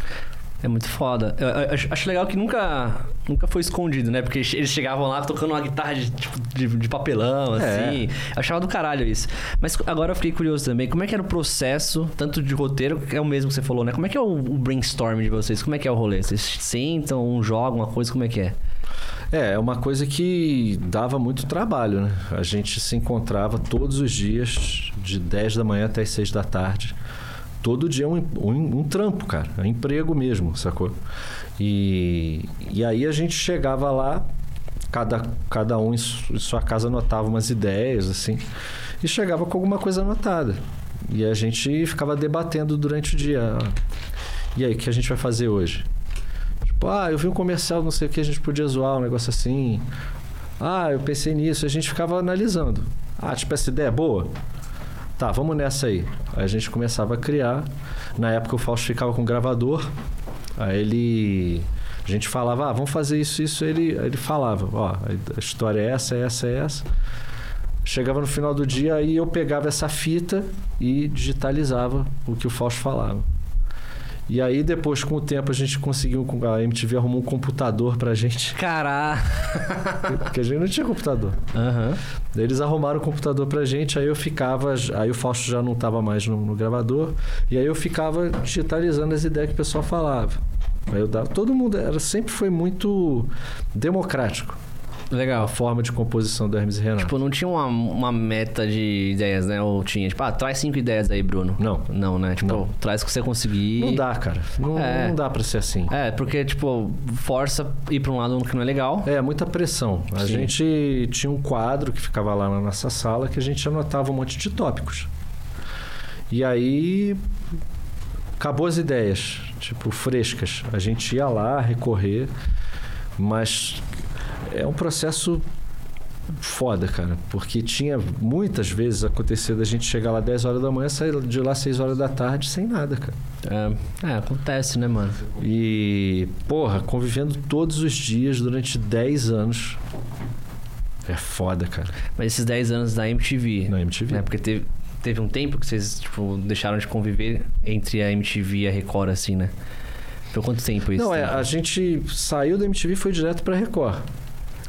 Speaker 1: É muito foda. Eu- eu- eu acho- acho legal que nunca, nunca foi escondido, né? Porque eles- eles chegavam lá tocando uma guitarra de, tipo, de, de papelão, assim. Eu achava do caralho isso. Mas agora eu fiquei curioso também. Como é que era o processo, tanto de roteiro, que é o mesmo que você falou, né? Como é que é o, o brainstorm de vocês? Como é que é o rolê? Vocês sentam, um joga uma coisa, como é que é?
Speaker 2: É, é uma coisa que dava muito trabalho, né? A gente se encontrava todos os dias, de 10 da manhã até as 6 da tarde. Todo dia um, em- um, um trampo, cara. É emprego mesmo, sacou? E, e aí a gente chegava lá, cada, cada um em su- em sua casa anotava umas ideias, assim, e chegava com alguma coisa anotada. E a gente ficava debatendo durante o dia. E aí, o que a gente vai fazer hoje? Tipo, ah, eu vi um comercial, não sei o que, a gente podia zoar, um negócio assim. Ah, eu pensei nisso. A gente ficava analisando. Ah, tipo, essa ideia é boa? Tá, vamos nessa aí. Aí a gente começava a criar. Na época o Fausto ficava com o gravador. Aí ele. A gente falava, ah, vamos fazer isso, isso. Ele, ele falava, ó, a ideia- a história é essa, é essa, é essa. Chegava no final do dia e eu pegava essa fita e digitalizava o que o Fausto falava. E aí depois, com o tempo, a gente conseguiu... A MTV arrumou um computador pra gente.
Speaker 1: Caralho.
Speaker 2: Porque a gente não tinha computador.
Speaker 1: Aham.
Speaker 2: Daí eles arrumaram o computador pra gente, aí eu ficava. Aí o Fausto já não tava mais no, no gravador. E aí eu ficava digitalizando as ideias que o pessoal falava. Aí eu dava. Todo mundo era, sempre foi muito democrático a
Speaker 1: Legal.
Speaker 2: forma de composição do Hermes e Renato.
Speaker 1: Tipo, não tinha uma, uma meta de ideias, né? Ou tinha, tipo, ah, traz cinco ideias aí, Bruno.
Speaker 2: Não.
Speaker 1: Não, né? Tipo, traz o que você conseguir.
Speaker 2: não dá, cara. Não,
Speaker 1: É.
Speaker 2: não dá pra ser assim.
Speaker 1: É, porque, tipo, força ir pra um lado que não é legal.
Speaker 2: É, muita pressão. A
Speaker 1: Sim.
Speaker 2: gente tinha um quadro que ficava lá na nossa sala que a gente anotava um monte de tópicos. E aí acabou as ideias, tipo, frescas. A gente ia lá recorrer, mas é um processo foda, cara, porque tinha muitas vezes acontecido a gente chegar lá 10 horas da manhã, sair de lá 6 horas da tarde sem nada, cara.
Speaker 1: É, é, acontece, né, mano?
Speaker 2: E, porra, convivendo todos os dias durante 10 anos. É foda, cara. é
Speaker 1: Mas esses 10 anos da MTV.
Speaker 2: Na MTV.
Speaker 1: Né? Porque teve, teve um tempo que vocês, tipo, deixaram de conviver entre a MTV e a Record, assim, né? Foi quanto tempo isso? tá?
Speaker 2: Não, é,
Speaker 1: tempo?
Speaker 2: a gente saiu da MTV e foi direto pra Record.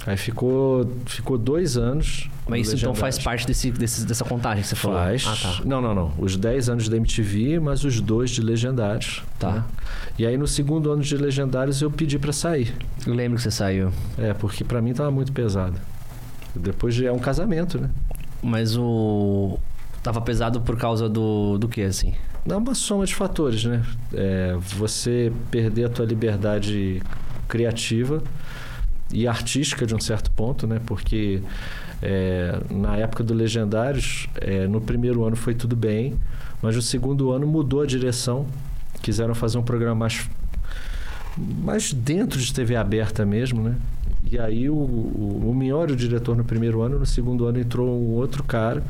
Speaker 2: Aí ficou, ficou dois anos.
Speaker 1: Mas isso
Speaker 2: no
Speaker 1: então faz
Speaker 2: Legendários.
Speaker 1: parte desse, desse- dessa contagem que você falou?
Speaker 2: Faz.
Speaker 1: Ah, tá.
Speaker 2: Não, não, não. Os 10 anos da MTV, mas os dois de Legendários. né?
Speaker 1: Tá.
Speaker 2: E aí no segundo ano de Legendários eu pedi pra sair.
Speaker 1: Eu lembro que você saiu.
Speaker 2: É, porque pra mim tava muito pesado. Depois de- é um casamento, né?
Speaker 1: Mas o. Tava pesado por causa do. do que, assim?
Speaker 2: Dá uma soma de fatores, né? É, você perder a tua liberdade criativa e artística de um certo ponto, né? Porque é, na época do Legendários, é, no primeiro ano foi tudo bem, mas no segundo ano mudou a direção. Quiseram fazer um programa mais, mais dentro de TV aberta mesmo, né? E aí o, o, o Mion era o diretor no primeiro ano, no segundo ano entrou um outro cara,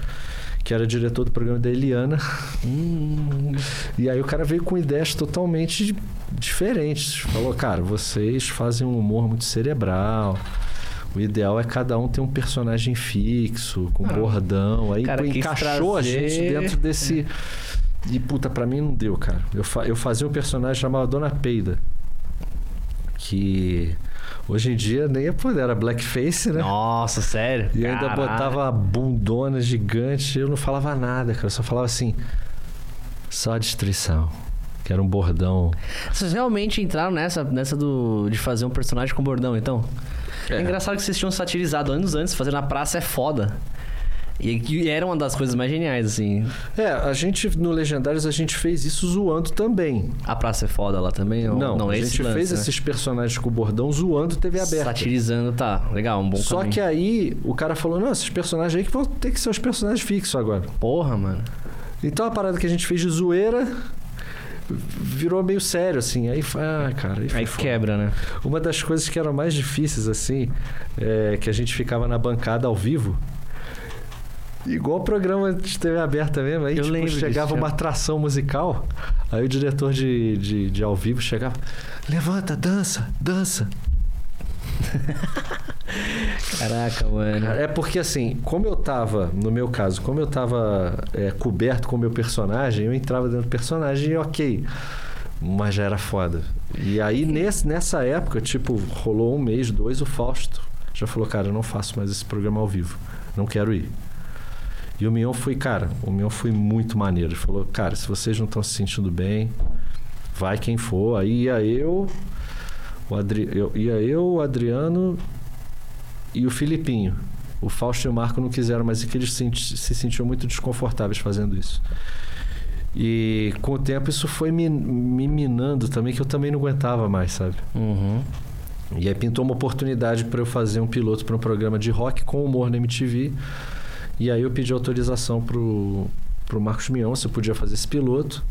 Speaker 2: que era diretor do programa da Eliana.
Speaker 1: Hum.
Speaker 2: E aí o cara veio com ideias totalmente diferentes. Falou, cara, vocês fazem um humor muito cerebral. O ideal é cada um ter um personagem fixo, com bordão. Aí
Speaker 1: Ah, cara
Speaker 2: pô,
Speaker 1: quis
Speaker 2: encaixou a gente
Speaker 1: trazer-
Speaker 2: dentro desse. E puta, pra mim não deu, cara. Eu, fa- eu fazia um personagem chamado Dona Peida. Que hoje em dia nem é, pô, era blackface, né?
Speaker 1: Nossa, sério?
Speaker 2: E ainda
Speaker 1: Caralho.
Speaker 2: botava a bundona gigante. Eu não falava nada, cara. Eu só falava assim. Só destruição. Que era um bordão.
Speaker 1: Vocês realmente entraram nessa, nessa do, de fazer um personagem com bordão, então? É. engraçado que vocês tinham satirizado anos antes, fazer na praça é foda. E, e era uma das coisas mais geniais, assim.
Speaker 2: É, a gente, no Legendários, a gente fez isso zoando também.
Speaker 1: A praça é foda lá também? ou-
Speaker 2: não, a
Speaker 1: é esse
Speaker 2: gente
Speaker 1: lance,
Speaker 2: fez
Speaker 1: né?
Speaker 2: esses personagens com o bordão zoando TV aberta.
Speaker 1: Satirizando, tá. Legal, um bom
Speaker 2: Só
Speaker 1: caminho.
Speaker 2: que é aí o cara falou: não, esses personagens aí que vão ter que ser os personagens fixos agora.
Speaker 1: Porra, mano.
Speaker 2: Então a parada que a gente fez de zoeira virou meio sério, assim. Aí, foi- ah, cara, aí, foi
Speaker 1: Aí
Speaker 2: foda.
Speaker 1: quebra, né?
Speaker 2: Uma das coisas que eram mais difíceis, assim, é que a gente ficava na bancada ao vivo. Igual programa de TV aberta mesmo, aí
Speaker 1: Eu
Speaker 2: tipo,
Speaker 1: lembro disso,
Speaker 2: chegava
Speaker 1: cara.
Speaker 2: uma atração musical, aí o diretor de, de, de ao vivo chegava, levanta, dança, dança.
Speaker 1: Caraca, mano.
Speaker 2: É porque assim, como eu tava, no meu caso, como eu tava é, coberto com o meu personagem, eu entrava dentro do personagem e ok. Mas já era foda. E aí, nesse, nessa época, tipo, rolou um mês, dois, o Fausto já falou, cara, eu não faço mais esse programa ao vivo. Não quero ir. E o Mion foi, cara, o Mion foi muito maneiro. Ele falou, cara, se vocês não estão se sentindo bem, vai quem for. Aí ia eu, o Adri... eu, ia eu, o Adriano e o Filipinho. O Fausto e o Marco não quiseram, mas é que eles senti- se sentiam muito desconfortáveis fazendo isso. E com o tempo isso foi me, me minando também, que eu também não aguentava mais, sabe?
Speaker 1: Uhum.
Speaker 2: E aí pintou uma oportunidade para eu fazer um piloto para um programa de rock com humor na MTV. E aí eu pedi autorização pro, pro Marcos Mion se eu podia fazer esse piloto.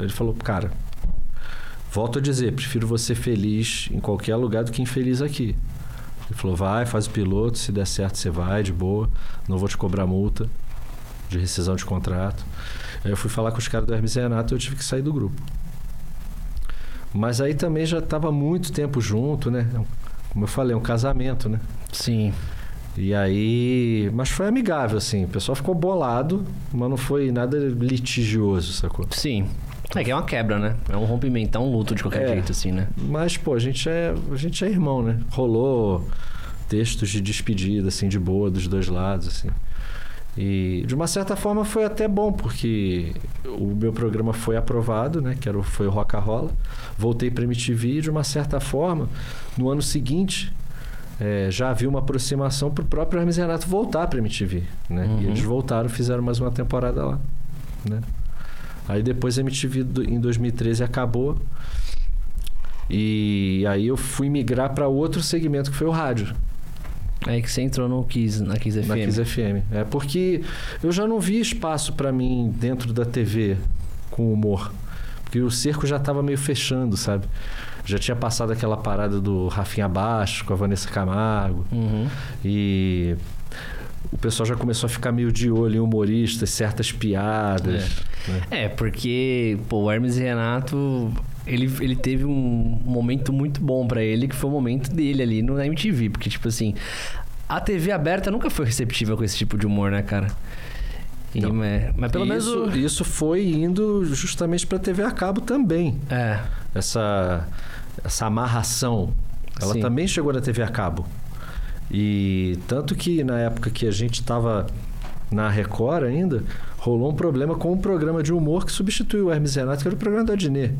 Speaker 2: Ele falou, cara, volto a dizer, prefiro você feliz em qualquer lugar do que infeliz aqui. Ele falou, vai, faz o piloto, se der certo você vai, de boa, não vou te cobrar multa de rescisão de contrato. Aí eu fui falar com os caras do Hermes e Renato e eu tive que sair do grupo. Mas aí também já estava muito tempo junto, né? Como eu falei, é um casamento, né?
Speaker 1: Sim.
Speaker 2: E aí. Mas foi amigável, assim. O pessoal ficou bolado, mas não foi nada litigioso, sacou?
Speaker 1: Sim. É que é uma quebra, né? É um rompimento, é um luto de qualquer
Speaker 2: É.
Speaker 1: jeito, assim, né?
Speaker 2: Mas, pô, a gente é, a gente é irmão, né? Rolou textos de despedida, assim, de boa dos dois lados, assim. E, de uma certa forma, foi até bom, porque o meu programa foi aprovado, né? Que era, o- foi o Rock a Rola. Voltei para MTV e, de uma certa forma, no ano seguinte... é, já havia uma aproximação pro próprio Hermes Renato voltar pra MTV, né? E eles voltaram, fizeram mais uma temporada lá, né? Aí depois a MTV do- em 2013 acabou, e aí eu fui migrar para outro segmento que foi o rádio,
Speaker 1: Aí É que você entrou no Kiss, na Kiss FM.
Speaker 2: na Kiss FM. É porque eu já não via espaço para mim dentro da TV com humor. Porque o cerco já tava meio fechando, sabe? Já tinha passado aquela parada do Rafinha Baixo com a Vanessa Camargo.
Speaker 1: Uhum.
Speaker 2: E o pessoal já começou a ficar meio de olho em humoristas, certas piadas. né?
Speaker 1: É, porque, pô, o Hermes Renato, ele, ele teve um momento muito bom pra ele, que foi o momento dele ali no MTV. Porque, tipo assim, a TV aberta nunca foi receptiva com esse tipo de humor, né, cara? E, mas, mas pelo
Speaker 2: E
Speaker 1: menos.
Speaker 2: isso,
Speaker 1: o-
Speaker 2: isso foi indo justamente para TV a cabo também.
Speaker 1: É,
Speaker 2: essa, essa amarração. Ela
Speaker 1: Sim.
Speaker 2: também chegou na TV a cabo. E tanto que na época que a gente estava na Record ainda, rolou um problema com um programa de humor que substituiu o Hermes Renato, que era o programa do Adnet.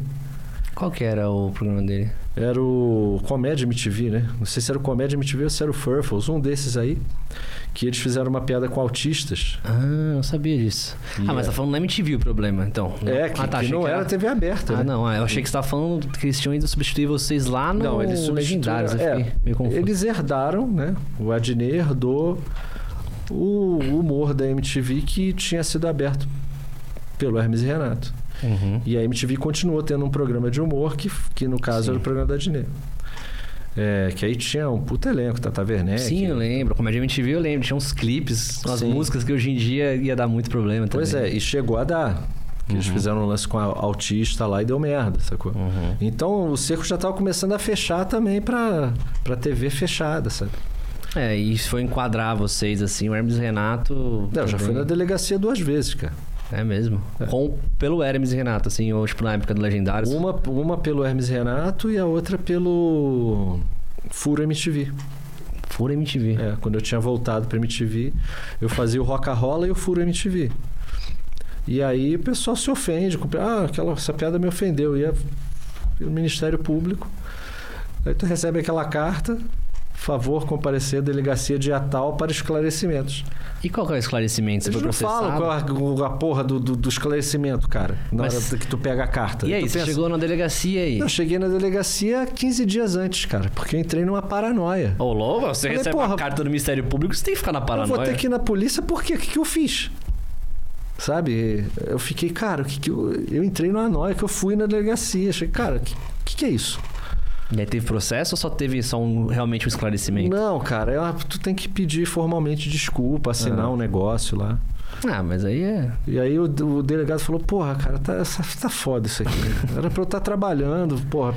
Speaker 1: qual que era o programa dele?
Speaker 2: Era o Comédia MTV, né? Não sei se era o Comédia MTV ou se era o Furfles, um desses aí, que eles fizeram uma piada com autistas.
Speaker 1: Ah, não sabia disso. Ah, mas tá falando na MTV o problema, então.
Speaker 2: É, que,
Speaker 1: ah, tá,
Speaker 2: que
Speaker 1: achei
Speaker 2: não era TV aberta.
Speaker 1: Ah,
Speaker 2: né?
Speaker 1: não, ah, eu achei que você tava falando que eles tinham ido substituir vocês lá no
Speaker 2: Não, eles substituíram.
Speaker 1: Legendários. Eu
Speaker 2: é,
Speaker 1: fiquei meio confuso.
Speaker 2: eles herdaram, né? O Adnet herdou o humor da MTV que tinha sido aberto pelo Hermes e Renato.
Speaker 1: Uhum.
Speaker 2: E a MTV continuou tendo um programa de humor que, que no caso, era o programa da Adnet. É, que aí tinha um puto elenco, Tata Werneck.
Speaker 1: Sim, eu lembro. Comédia MTV eu lembro. Tinha uns clipes, umas
Speaker 2: É, Sim.
Speaker 1: músicas que hoje em dia ia dar muito problema também. Uhum.
Speaker 2: Pois é, e chegou a dar. Que Eles fizeram um lance com a autista lá e deu merda, sacou?
Speaker 1: Uhum.
Speaker 2: Então o cerco já tava começando a fechar também pra, pra TV fechada, sabe?
Speaker 1: É, e isso foi enquadrar vocês, assim, o Hermes Renato.
Speaker 2: Não, eu já
Speaker 1: também.
Speaker 2: fui na delegacia duas vezes, cara.
Speaker 1: É mesmo. Com, pelo Hermes Renato, assim, ou tipo na época do Legendários.
Speaker 2: Uma, uma pelo Hermes Renato e a outra pelo Furo MTV.
Speaker 1: Fura MTV.
Speaker 2: É, quando eu tinha voltado pra MTV, eu fazia o Rock a Rola e o Furo MTV. E aí o pessoal se ofende. com- Ah, aquela, essa piada me ofendeu. Ia o Ministério Público. Aí tu recebe aquela carta. Favor comparecer à delegacia de Atal para esclarecimentos.
Speaker 1: E qual que é o esclarecimento? Você
Speaker 2: Eles
Speaker 1: foi
Speaker 2: não
Speaker 1: processado?
Speaker 2: falam qual é a, a porra do, do, do esclarecimento, cara, na
Speaker 1: Mas-
Speaker 2: hora que tu pega a carta.
Speaker 1: E aí,
Speaker 2: tu
Speaker 1: você
Speaker 2: pensa,
Speaker 1: chegou na delegacia aí?
Speaker 2: Eu
Speaker 1: Ô,
Speaker 2: cheguei na delegacia 15 dias antes, cara, porque eu entrei numa paranoia.
Speaker 1: louco, você
Speaker 2: Falei,
Speaker 1: recebe
Speaker 2: porra,
Speaker 1: uma carta do Ministério Público, você tem que ficar na
Speaker 2: Eu
Speaker 1: paranoia.
Speaker 2: vou ter que ir na polícia porque o que, que eu fiz? Sabe? Eu fiquei, cara, o que, que eu. Eu entrei numa noia que eu fui na delegacia. Achei, cara, o que, que, que é isso?
Speaker 1: E aí teve processo ou só teve só um, realmente um esclarecimento?
Speaker 2: Não, cara, é uma- tu tem que pedir formalmente desculpa, assinar um negócio lá.
Speaker 1: Ah, mas aí é.
Speaker 2: E aí o, o delegado falou, porra, cara, tá, essa- tá foda isso aqui. Era pra eu estar trabalhando, porra.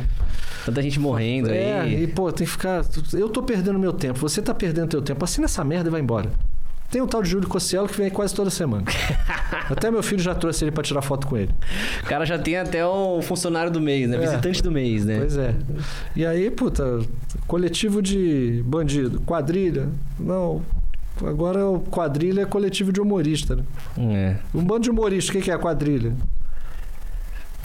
Speaker 1: Tanta gente morrendo
Speaker 2: É,
Speaker 1: aí.
Speaker 2: e pô, tem que ficar. Eu tô perdendo meu tempo, você tá perdendo teu tempo. Assina essa merda e vai embora. Tem o tal de Júlio Cossielo que vem aí quase toda semana. Até meu filho já trouxe ele pra tirar foto com ele.
Speaker 1: O cara já tem até o funcionário do mês, né?
Speaker 2: É.
Speaker 1: Visitante do mês, né?
Speaker 2: Pois é. E aí, puta, coletivo de bandido, quadrilha. Não. Agora o quadrilha é coletivo de humorista, né?
Speaker 1: É.
Speaker 2: Um bando de humorista, o que que é a quadrilha?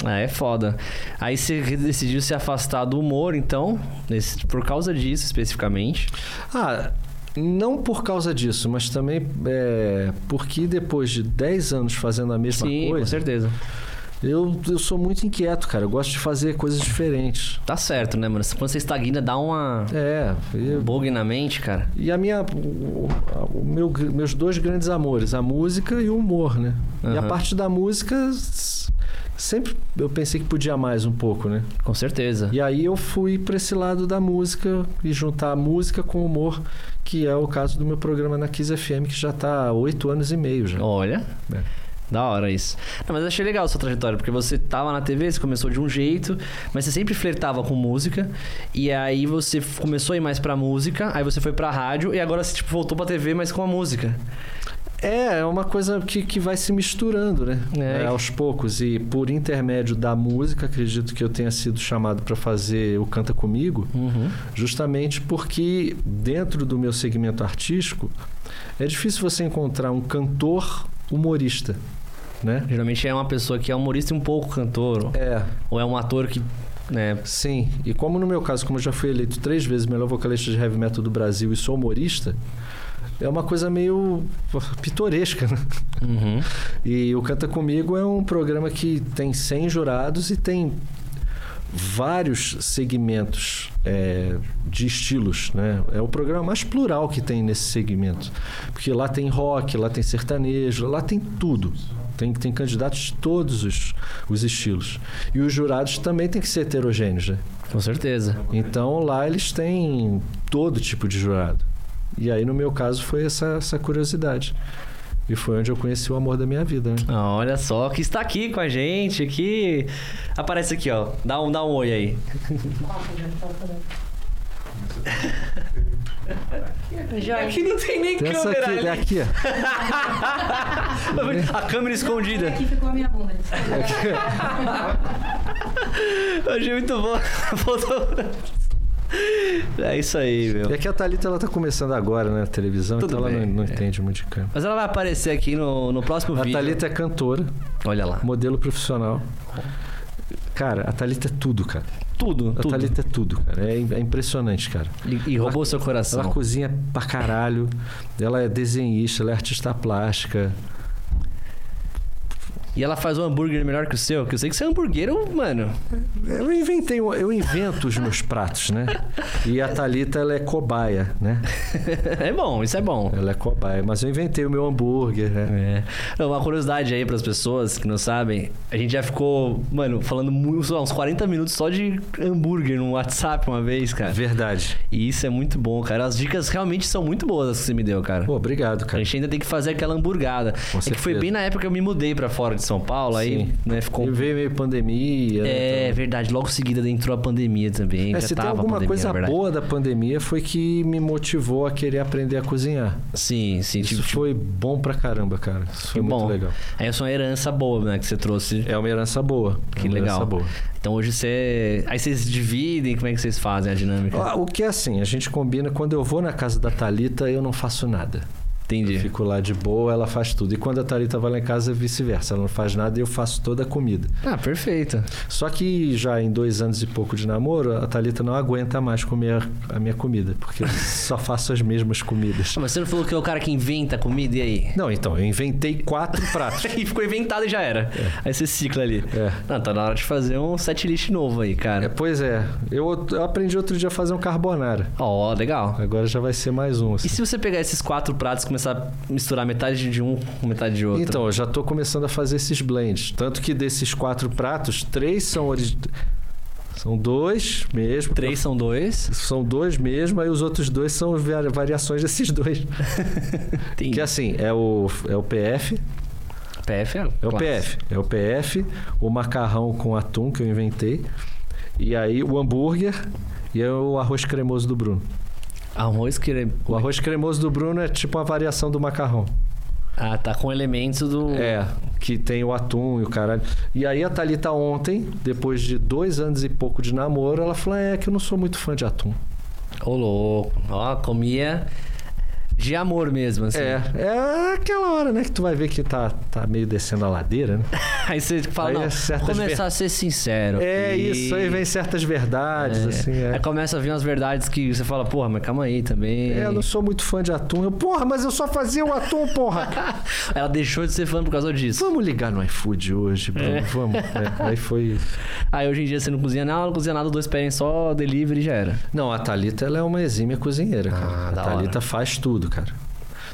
Speaker 1: Ah, é foda. Aí você decidiu se afastar do humor, então, nesse- por causa disso especificamente.
Speaker 2: Ah, não por causa disso, mas também é, porque depois de 10 anos fazendo a mesma
Speaker 1: Sim, com
Speaker 2: coisa.
Speaker 1: certeza.
Speaker 2: Eu, eu sou muito inquieto, cara. Eu gosto de fazer coisas diferentes.
Speaker 1: Tá certo, né, mano? Quando você estagna, dá uma
Speaker 2: É. E,
Speaker 1: bug na mente, cara.
Speaker 2: e a minha. O, o meu, gr- meus dois grandes amores, a música e o humor, né? E a
Speaker 1: Aham.
Speaker 2: parte da música. s- Sempre eu pensei que podia mais um pouco, né?
Speaker 1: Com certeza.
Speaker 2: E aí eu fui pra esse lado da música e juntar a música com o humor, que é o caso do meu programa na Kiss FM, que já tá há oito anos e meio já.
Speaker 1: Olha.
Speaker 2: É.
Speaker 1: Da hora isso. Não, mas eu achei legal a sua trajetória, porque você tava na TV, você começou de um jeito, mas você sempre flertava com música, e aí você f- começou a ir mais pra música, aí você foi pra rádio, e agora você tipo, voltou pra TV, mas com a música.
Speaker 2: É, é uma coisa que, que vai se misturando, né?
Speaker 1: É.
Speaker 2: É, aos poucos. E por intermédio da música, acredito que eu tenha sido chamado para fazer o Canta Comigo, justamente porque dentro do meu segmento artístico, é difícil você encontrar um cantor humorista, né?
Speaker 1: Geralmente é uma pessoa que é humorista e um pouco cantor, ou-
Speaker 2: É,
Speaker 1: ou é um ator que, né,
Speaker 2: Sim, e como no meu caso, como eu já fui eleito três vezes melhor vocalista de heavy metal do Brasil e sou humorista, é uma coisa meio pô, pitoresca, né? E o Canta Comigo é um programa que tem 100 jurados e tem vários segmentos é, de estilos, né? É o programa mais plural que tem nesse segmento. Porque lá tem rock, lá tem sertanejo, lá tem tudo. Tem, tem candidatos de todos os, os estilos. E os jurados também têm que ser heterogêneos, né?
Speaker 1: com certeza.
Speaker 2: Então lá eles têm todo tipo de jurado. E aí, no meu caso, foi essa, essa curiosidade. E foi onde eu conheci o amor da minha vida, né?
Speaker 1: Ah, Olha só, que está aqui com a gente, que aparece aqui, ó. Dá um, dá um oi aí. Aqui É não tem nem
Speaker 2: Tem essa
Speaker 1: câmera
Speaker 2: aqui,
Speaker 1: ali.
Speaker 2: é aqui, ó.
Speaker 1: A câmera escondida.
Speaker 6: Aqui ficou a minha bunda.
Speaker 1: Eu achei muito bom. Voltou. É isso aí,
Speaker 2: E
Speaker 1: meu.
Speaker 2: aqui a Thalita, ela tá começando agora, né? A televisão,
Speaker 1: Tudo
Speaker 2: então ela
Speaker 1: bem,
Speaker 2: não, não entende muito de câmera.
Speaker 1: Mas ela vai aparecer aqui no, no próximo
Speaker 2: A
Speaker 1: vídeo. né?
Speaker 2: Thalita é cantora,
Speaker 1: Olha lá.
Speaker 2: modelo profissional. Cara, a Thalita é tudo, cara.
Speaker 1: Tudo,
Speaker 2: A
Speaker 1: tudo.
Speaker 2: Thalita é tudo, cara. É, im- é impressionante, cara.
Speaker 1: E, e roubou seu
Speaker 2: Ela
Speaker 1: coração.
Speaker 2: cozinha pra caralho. Ela é desenhista, ela é artista plástica.
Speaker 1: E ela faz um hambúrguer melhor que o seu, que eu sei que você é hambúrguer, mano.
Speaker 2: Eu inventei, um- eu invento os meus pratos, né? E a Thalita, ela é cobaia, né?
Speaker 1: é bom, isso é bom.
Speaker 2: Ela é cobaia. Mas eu inventei o meu hambúrguer, né?
Speaker 1: É. Não, Uma curiosidade aí pras pessoas que não sabem, a gente já ficou, mano, falando muito, sei lá, uns 40 minutos só de hambúrguer no WhatsApp uma vez, cara.
Speaker 2: Verdade.
Speaker 1: E isso é muito bom, cara. As dicas realmente são muito boas as que você me deu, cara.
Speaker 2: Pô, obrigado,
Speaker 1: A
Speaker 2: cara.
Speaker 1: gente ainda tem que fazer aquela hamburgada.
Speaker 2: Com
Speaker 1: é que foi
Speaker 2: certeza.
Speaker 1: bem na época que eu me mudei pra fora de São Paulo, aí
Speaker 2: Sim.
Speaker 1: né, ficou.
Speaker 2: E veio meio pandemia. né?
Speaker 1: É verdade, logo em seguida entrou a pandemia também.
Speaker 2: É,
Speaker 1: já
Speaker 2: se tem
Speaker 1: tava a
Speaker 2: alguma
Speaker 1: pandemia,
Speaker 2: coisa
Speaker 1: na verdade.
Speaker 2: boa da pandemia foi que me motivou a querer aprender a cozinhar.
Speaker 1: Sim, sim.
Speaker 2: Isso
Speaker 1: tipo,
Speaker 2: foi bom pra caramba, cara. Isso
Speaker 1: que
Speaker 2: foi muito
Speaker 1: bom.
Speaker 2: legal.
Speaker 1: Aí é só uma herança boa, né, que você trouxe.
Speaker 2: É uma herança boa. É
Speaker 1: Que
Speaker 2: uma
Speaker 1: legal.
Speaker 2: Herança boa.
Speaker 1: Então hoje você. Aí vocês dividem, como é que vocês fazem a dinâmica?
Speaker 2: Ah, O que é assim, a gente combina, quando eu vou na casa da Thalita, eu não faço nada.
Speaker 1: Entendi.
Speaker 2: Fico lá de boa, ela faz tudo. E quando a Thalita vai lá em casa, é vice-versa. Ela não faz nada e eu faço toda a comida.
Speaker 1: Ah, perfeito.
Speaker 2: Só que já em dois anos e pouco de namoro, a Thalita não aguenta mais comer a minha comida, porque eu só faço as mesmas comidas.
Speaker 1: Ah, mas você não falou que é o cara que inventa comida e aí?
Speaker 2: Não, então, eu inventei quatro pratos.
Speaker 1: e ficou inventado e já era. Aí você cicla ali.
Speaker 2: É.
Speaker 1: Não, tá na hora de fazer um set list novo aí,
Speaker 2: É,
Speaker 1: cara.
Speaker 2: pois é, eu, eu aprendi outro dia a fazer um carbonara.
Speaker 1: Ó, legal.
Speaker 2: Agora já vai ser mais um. assim.
Speaker 1: E se você pegar esses quatro pratos e começar a misturar metade de um com metade de outro?
Speaker 2: Então, eu já tô começando a fazer esses blends. Tanto que desses quatro pratos, três são ori... São dois mesmo.
Speaker 1: Três são dois.
Speaker 2: São dois mesmo, aí os outros dois são varia- variações desses dois.
Speaker 1: Tem
Speaker 2: Que assim, é o, é o PF,
Speaker 1: PF,
Speaker 2: É o PF. É o PF, o macarrão com atum que eu inventei. E aí o hambúrguer e aí o arroz cremoso do Bruno.
Speaker 1: Arroz que...
Speaker 2: O arroz cremoso do Bruno é tipo uma variação do macarrão.
Speaker 1: Ah, tá com elementos do...
Speaker 2: É, que tem o atum e o caralho. E aí a Thalita ontem, depois de dois anos e pouco de namoro, ela falou: é que eu não sou muito fã de atum.
Speaker 1: Ô, louco. Ó, comia de amor mesmo, assim.
Speaker 2: É, é aquela hora, né, que tu vai ver que tá, tá meio descendo a ladeira, né?
Speaker 1: Aí você fala,
Speaker 2: Aí
Speaker 1: não,
Speaker 2: é
Speaker 1: vou
Speaker 2: certas
Speaker 1: começar
Speaker 2: ver-
Speaker 1: a ser sincero.
Speaker 2: É
Speaker 1: E-
Speaker 2: isso, aí vem certas verdades,
Speaker 1: É.
Speaker 2: assim. É.
Speaker 1: Aí começa a vir umas verdades que você fala, porra, mas calma aí também.
Speaker 2: É, eu não sou muito fã de atum. Eu, porra, mas eu só fazia o atum, porra.
Speaker 1: Ela deixou de ser fã por causa disso.
Speaker 2: Vamos ligar no iFood hoje, Bruno. Vamos. É, aí foi.
Speaker 1: Aí hoje em dia você não cozinha nada, não cozinha nada, os dois pedem só delivery e já era.
Speaker 2: Não, a Thalita ela é uma exímia cozinheira, cara.
Speaker 1: da
Speaker 2: a Thalita faz tudo, cara.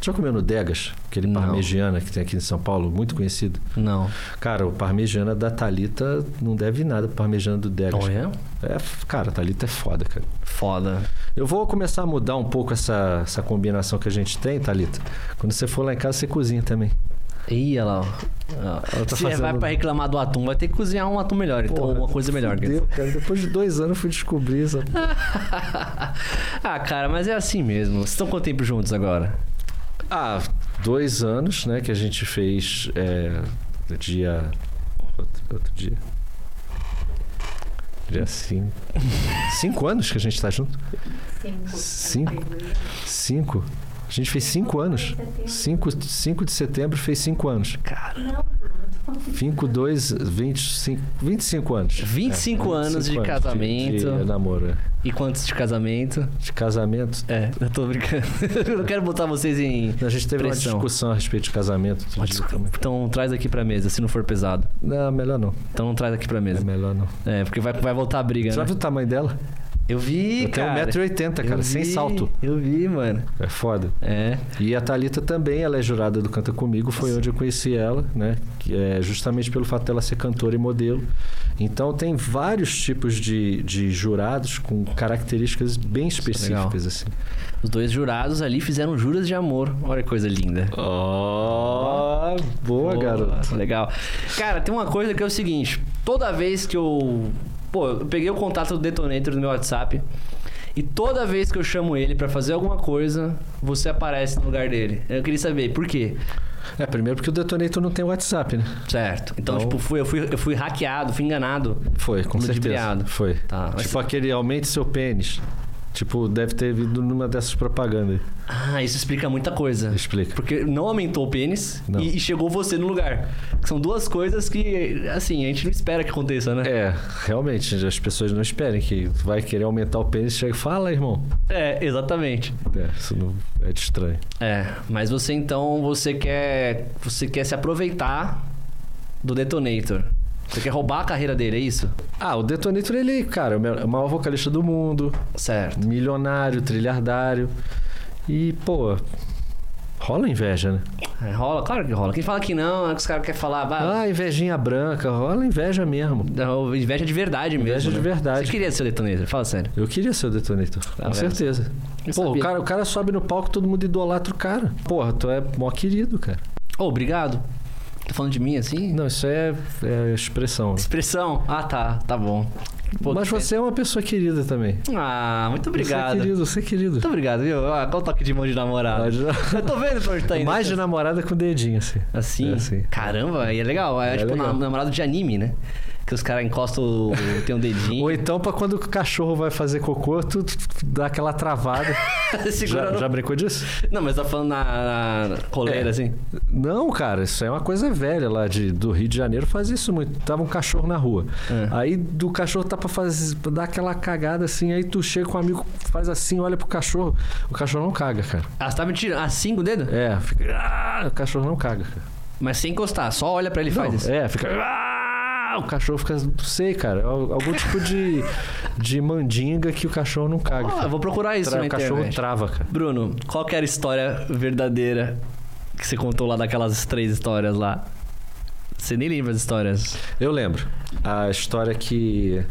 Speaker 2: Já comeu no Degas, aquele
Speaker 1: Não.
Speaker 2: parmegiana que tem aqui em São Paulo, muito conhecido.
Speaker 1: Não.
Speaker 2: Cara, o parmegiana da Thalita não deve nada pro parmegiana do Degas.
Speaker 1: Olha,
Speaker 2: É, f- cara, a Thalita é foda, cara.
Speaker 1: foda.
Speaker 2: Eu vou começar a mudar um pouco essa, essa combinação que a gente tem, Thalita. Quando você for lá em casa, você cozinha também.
Speaker 1: Ih, olha lá, ó. ó.
Speaker 2: Ela tá
Speaker 1: Se
Speaker 2: fazendo-
Speaker 1: vai pra reclamar do atum, vai ter que cozinhar um atum melhor, então,
Speaker 2: Porra,
Speaker 1: uma coisa melhor. quer dizer.
Speaker 2: Fudeu, cara. Depois de dois anos eu fui descobrir essa.
Speaker 1: ah, cara, mas é assim mesmo. Vocês estão quanto tempo juntos agora?
Speaker 2: Ah, dois anos, né? Que a gente fez é, dia. Outro, outro dia. Dia cinco. cinco anos que a gente tá junto? Cinco. Cinco? A gente fez cinco anos. Cinco, cinco de setembro fez cinco anos. Cara. Cinco, dois, vinte, cinco, 25 anos. É,
Speaker 1: 25 anos de
Speaker 2: 25
Speaker 1: casamento.
Speaker 2: De, de namoro. é.
Speaker 1: E quantos de casamento?
Speaker 2: De casamento.
Speaker 1: É, eu tô brincando. eu não quero botar vocês em.
Speaker 2: A gente teve
Speaker 1: Pressão.
Speaker 2: uma discussão a respeito de casamento. outro dia também.
Speaker 1: Então traz aqui pra mesa, se não for pesado.
Speaker 2: Não, melhor não.
Speaker 1: Então não traz aqui pra
Speaker 2: É
Speaker 1: mesa.
Speaker 2: melhor não.
Speaker 1: É, porque vai, vai voltar a briga,
Speaker 2: Você já
Speaker 1: né?
Speaker 2: viu o tamanho dela?
Speaker 1: Eu vi,
Speaker 2: Eu tenho
Speaker 1: cara.
Speaker 2: 1,80m, cara,
Speaker 1: Eu
Speaker 2: sem
Speaker 1: vi,
Speaker 2: salto.
Speaker 1: Eu vi, mano.
Speaker 2: É foda.
Speaker 1: É.
Speaker 2: E a Thalita também, ela é jurada do Canta Comigo, foi onde eu conheci ela, né? Que é justamente pelo fato dela ser cantora e modelo. Então tem vários tipos de, de jurados com características bem
Speaker 1: é legal.
Speaker 2: específicas, assim.
Speaker 1: Os dois jurados ali fizeram juras de amor. Olha que coisa linda.
Speaker 2: Ó, Ah, boa, garoto.
Speaker 1: Legal. Cara, tem uma coisa que é o seguinte: toda vez que eu. Pô, eu peguei o contato do Detonator no meu WhatsApp. E toda vez que eu chamo ele pra fazer alguma coisa, você aparece no lugar dele. Eu queria saber por quê.
Speaker 2: É, primeiro porque o Detonator não tem WhatsApp, né?
Speaker 1: Certo. Então,
Speaker 2: Não.
Speaker 1: tipo, fui, eu, fui, eu fui hackeado, fui enganado.
Speaker 2: Foi, com
Speaker 1: Ludibriado.
Speaker 2: certeza. Foi.
Speaker 1: Tá, mas-
Speaker 2: tipo aquele aumente seu pênis. Tipo, deve ter vindo numa dessas propagandas. aí.
Speaker 1: Ah, isso explica muita coisa.
Speaker 2: Explica.
Speaker 1: Porque não aumentou o pênis
Speaker 2: Não.
Speaker 1: e, e chegou você no lugar. São duas coisas que, assim, a gente não espera que aconteça, né?
Speaker 2: É, realmente, as pessoas não esperem que vai querer aumentar o pênis chega e fala, irmão.
Speaker 1: É, exatamente.
Speaker 2: É, isso não é de estranho.
Speaker 1: É, mas você então, você quer, você quer se aproveitar do Detonator. Você quer roubar a carreira dele, é isso?
Speaker 2: Ah, o Detonator, ele, cara, é o me- o maior vocalista do mundo,
Speaker 1: Certo.
Speaker 2: milionário, trilhardário. E, pô, rola inveja, né?
Speaker 1: É, rola, claro que rola. Quem fala que não, é que os caras querem falar, vai.
Speaker 2: Ah, invejinha branca, rola inveja mesmo.
Speaker 1: não, inveja de verdade mesmo.
Speaker 2: Inveja de
Speaker 1: né?
Speaker 2: verdade.
Speaker 1: Você queria ser o Detonator, fala sério.
Speaker 2: Eu queria ser o Detonator,
Speaker 1: Tá vendo?
Speaker 2: com certeza.
Speaker 1: Eu
Speaker 2: Pô, o
Speaker 1: sabia.
Speaker 2: cara, o cara sobe no palco, todo mundo idolatra o cara. Porra, tu é mó querido, cara.
Speaker 1: Ô, obrigado. Tá falando de mim assim?
Speaker 2: Não, isso é, é expressão. né?
Speaker 1: Expressão? Ah, tá, tá bom. Pô,
Speaker 2: Mas
Speaker 1: que
Speaker 2: você é uma pessoa querida também.
Speaker 1: pena. Ah, muito
Speaker 2: Você é
Speaker 1: obrigado.
Speaker 2: querido, você é querido. Ah,
Speaker 1: Muito obrigado, viu? Ah, qual o toque de mão de namorado? Eu tô vendo pra onde tá indo.
Speaker 2: Mais de namorada com dedinho, assim.
Speaker 1: Assim?
Speaker 2: É assim.
Speaker 1: Caramba, aí é legal. É,
Speaker 2: É
Speaker 1: tipo
Speaker 2: legal.
Speaker 1: na- namorado de anime, né? Que os caras encostam, o- o- tem um dedinho.
Speaker 2: Ou então, pra quando o cachorro vai fazer cocô, tu tu- tu dá aquela travada.
Speaker 1: Segura
Speaker 2: já,
Speaker 1: no-
Speaker 2: já brincou disso?
Speaker 1: Não, mas tá falando na, na- na coleira,
Speaker 2: É.
Speaker 1: assim.
Speaker 2: Não, cara, isso é uma coisa velha lá de, do Rio de Janeiro, fazia isso muito. Tava um cachorro na rua.
Speaker 1: É.
Speaker 2: Aí do cachorro tá pra, fazer, pra dar aquela cagada assim, aí tu chega com um amigo, faz assim, olha pro cachorro. O cachorro não caga, cara.
Speaker 1: Ah, você tá me tirando. Assim com o dedo?
Speaker 2: É, fica. "Ah", o cachorro não caga, cara.
Speaker 1: Mas sem encostar, só olha pra ele e faz isso.
Speaker 2: É, fica. "Ah", O cachorro fica. Não sei, cara. é Algum tipo de, de mandinga que o cachorro não caga.
Speaker 1: Ó,
Speaker 2: cara.
Speaker 1: eu vou procurar Ah, isso
Speaker 2: Tra-
Speaker 1: na
Speaker 2: o cachorro
Speaker 1: internet.
Speaker 2: trava, cara.
Speaker 1: Bruno, qual que era a história verdadeira que você contou lá daquelas três histórias lá? Você nem lembra as histórias.
Speaker 2: Eu lembro. A história que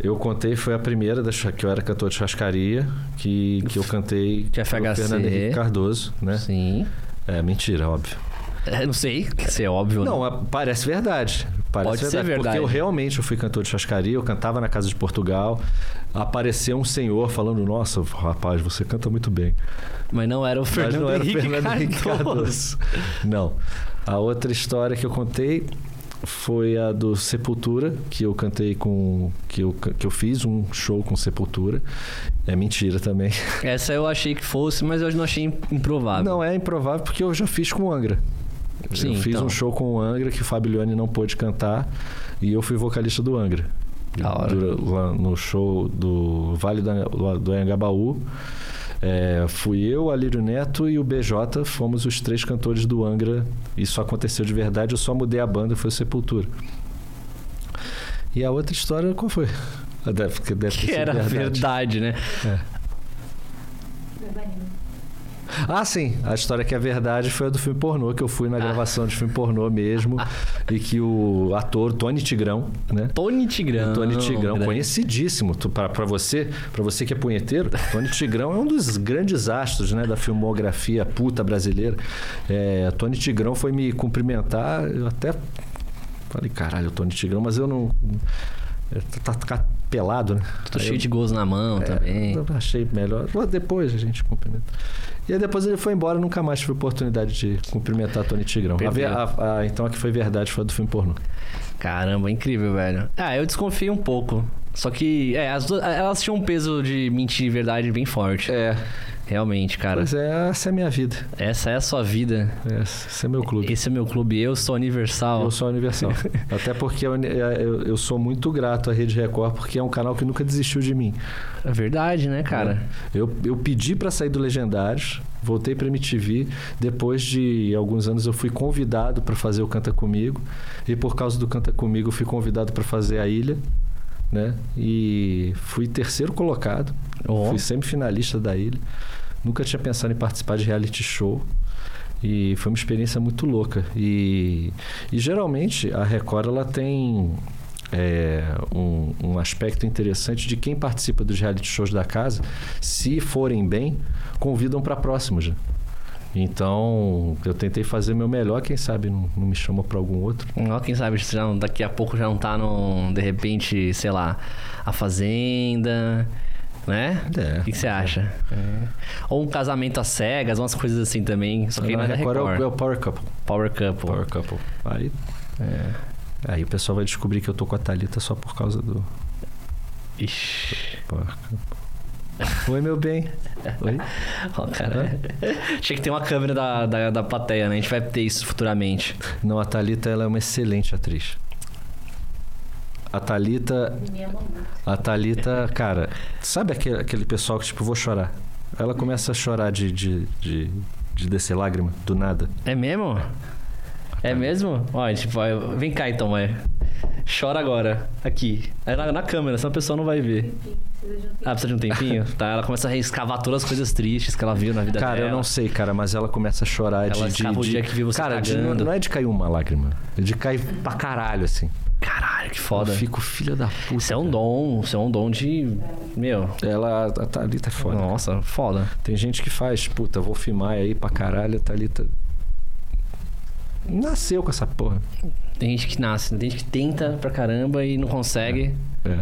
Speaker 2: eu contei foi a primeira da chua- que eu era cantor de chascaria, que, que eu cantei
Speaker 1: De
Speaker 2: pelo
Speaker 1: FHC.
Speaker 2: Fernando Henrique Cardoso, né?
Speaker 1: Sim.
Speaker 2: É mentira, óbvio.
Speaker 1: É, não sei se é óbvio ou não.
Speaker 2: Não, a- parece verdade. Parece
Speaker 1: Pode ser
Speaker 2: verdade,
Speaker 1: verdade.
Speaker 2: Porque eu realmente eu fui cantor de chascaria, eu cantava na Casa de Portugal. Apareceu um senhor falando: Nossa, rapaz, você canta muito bem.
Speaker 1: Mas não era o
Speaker 2: Mas
Speaker 1: Fernando
Speaker 2: não era o
Speaker 1: Henrique
Speaker 2: Fernando Henrique
Speaker 1: Cardoso.
Speaker 2: Cardoso. Não. A outra história que eu contei foi a do Sepultura, que eu cantei com. que eu, ca- que eu fiz um show com Sepultura. É mentira também.
Speaker 1: Essa eu achei que fosse, mas eu não achei improvável.
Speaker 2: Não é improvável porque eu já fiz com o Angra.
Speaker 1: Sim,
Speaker 2: eu fiz
Speaker 1: então.
Speaker 2: um show com o Angra que o Fabilione não pôde cantar e eu fui vocalista do Angra.
Speaker 1: Da hora.
Speaker 2: Dura- lá no show do Vale da- lá do Anhangabaú. É, fui eu, Alírio Neto e o BJ, fomos os três cantores do Angra. Isso aconteceu de verdade, eu só mudei a banda, foi o Sepultura. E a outra história, qual foi? Ah, Deve, que deve ter
Speaker 1: que
Speaker 2: sido
Speaker 1: era verdade, né?
Speaker 2: Ah, sim. A história que é verdade foi a do filme pornô, que eu
Speaker 1: Ah.
Speaker 2: fui na gravação de filme pornô mesmo. e que o ator Tony Tigrão, né?
Speaker 1: Tony Tigrão. né?
Speaker 2: Tony Tigrão,
Speaker 1: Ah, grande.
Speaker 2: conhecidíssimo. Tu- Pra pra você, para você que é punheteiro, Tony Tigrão é um dos grandes astros, né, da filmografia puta brasileira. É, Tony Tigrão foi me cumprimentar, eu até falei, caralho, Tony Tigrão, mas eu não é, tá, tá pelado, né?
Speaker 1: Tô
Speaker 2: Aí
Speaker 1: cheio
Speaker 2: eu-
Speaker 1: de gozo na mão também.
Speaker 2: É, eu achei melhor. Lá Depois a gente cumprimenta. E aí depois ele foi embora, nunca mais tive oportunidade de cumprimentar Tony Tigrão. A ver- a- a- então a que foi verdade foi a do filme pornô.
Speaker 1: Caramba, incrível, velho. Ah, eu desconfiei um pouco. Só que, é, as duas, elas tinham um peso de mentir e verdade bem forte.
Speaker 2: É.
Speaker 1: Realmente, cara.
Speaker 2: Mas é, essa é a minha vida.
Speaker 1: Essa é a sua vida.
Speaker 2: É, Esse é meu clube.
Speaker 1: Esse é meu clube. Eu sou universal.
Speaker 2: Eu sou a Universal.
Speaker 1: Então.
Speaker 2: Até porque a Uni- é, eu, eu sou muito grato à Rede Record, porque é um canal que nunca desistiu de mim.
Speaker 1: É verdade, né, cara?
Speaker 2: Eu, eu pedi pra sair do Legendários, voltei pra MTV. Depois de alguns anos, eu fui convidado pra fazer o Canta Comigo. E por causa do Canta Comigo, eu fui convidado pra fazer a Ilha. Né? E fui terceiro colocado.
Speaker 1: Ó.
Speaker 2: Fui semifinalista da Ilha. Nunca tinha pensado em participar de reality show. E foi uma experiência muito louca. E, e geralmente a Record ela tem é, um, um aspecto interessante de quem participa dos reality shows da casa, se forem bem, convidam para próximos. né? Então eu tentei fazer meu melhor, quem sabe não, não me chama para algum outro.
Speaker 1: Ó, quem sabe se já não- daqui a pouco já não tá no. De repente, sei lá, a fazenda. Né?
Speaker 2: É.
Speaker 1: O que que você acha? Ou um casamento às cegas, umas coisas assim também. Só que aí não é da Record.
Speaker 2: é o, é o Power Couple.
Speaker 1: Power Couple.
Speaker 2: Power Couple. Aí, é, aí o pessoal vai descobrir que eu tô com a Thalita só por causa do
Speaker 1: Ixi.
Speaker 2: Power Couple. Oi, meu bem. Oi.
Speaker 1: Ó, cara. Tinha que ter uma câmera da, da, da plateia, né? A gente vai ter isso futuramente.
Speaker 2: Não, a Thalita ela é uma excelente atriz. A Thalita. A Thalita, cara, sabe aquele, aquele pessoal que, tipo, vou chorar? Ela começa a chorar de, de, de, de descer lágrima, do nada.
Speaker 1: É mesmo? É mesmo? Ó, a gente vai. Vem cá então, vai. Chora agora. Aqui. É na, na câmera, senão a pessoa não vai ver. Ah, precisa de um tempinho? tá, ela começa a escavar todas as coisas tristes que ela viu na vida
Speaker 2: Cara,
Speaker 1: dela.
Speaker 2: eu não sei, cara, mas ela começa a chorar
Speaker 1: Ela
Speaker 2: de. de,
Speaker 1: escapa o
Speaker 2: de-
Speaker 1: dia que viu você
Speaker 2: cara, de-
Speaker 1: cagando.
Speaker 2: não é de cair uma lágrima. É de cair pra caralho, assim.
Speaker 1: Caralho, que
Speaker 2: Eu
Speaker 1: foda.
Speaker 2: fico filha da puta.
Speaker 1: Isso é um dom, isso é um dom de. Meu.
Speaker 2: Ela, a Thalita é foda.
Speaker 1: Nossa, foda.
Speaker 2: Tem gente que faz, puta, vou filmar aí pra caralho, a Thalita. Nasceu com essa porra.
Speaker 1: Tem gente que nasce, tem gente que tenta pra caramba e não consegue.
Speaker 2: É.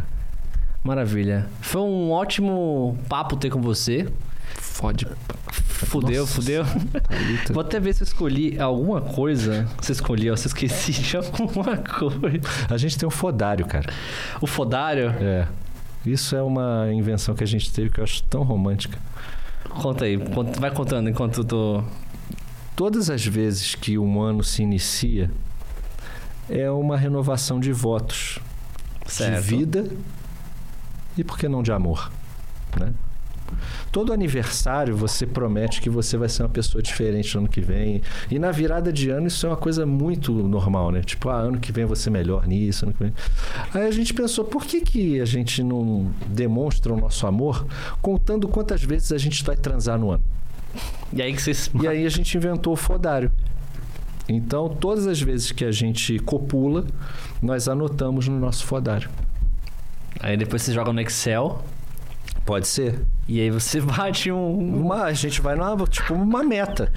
Speaker 1: Maravilha. Foi um ótimo papo ter com você.
Speaker 2: Fode.
Speaker 1: Fudeu,
Speaker 2: Nossa,
Speaker 1: fudeu.
Speaker 2: Thalita.
Speaker 1: Vou até ver se eu escolhi alguma coisa. Você escolheu, se eu esqueci de alguma coisa.
Speaker 2: A gente tem um fodário, cara.
Speaker 1: O fodário?
Speaker 2: É. Isso é uma invenção que a gente teve que eu acho tão romântica.
Speaker 1: Conta aí, conta- vai contando enquanto eu tô.
Speaker 2: Todas as vezes que um ano se inicia, é uma renovação de votos.
Speaker 1: Certo.
Speaker 2: De vida e, por que não, de amor. Né? Todo aniversário você promete que você vai ser uma pessoa diferente no ano que vem. E na virada de ano isso é uma coisa muito normal, né? Tipo, ah, ano que vem você melhor nisso, ano que vem. Aí a gente pensou, por que, que a gente não demonstra o nosso amor contando quantas vezes a gente vai transar no ano?
Speaker 1: E aí que vocês.
Speaker 2: E aí a gente inventou o fodário. Então, todas as vezes que a gente copula, nós anotamos no nosso fodário.
Speaker 1: Aí depois vocês jogam no Excel.
Speaker 2: Pode ser.
Speaker 1: E aí você bate um.
Speaker 2: Uma, a gente vai numa, tipo, uma meta.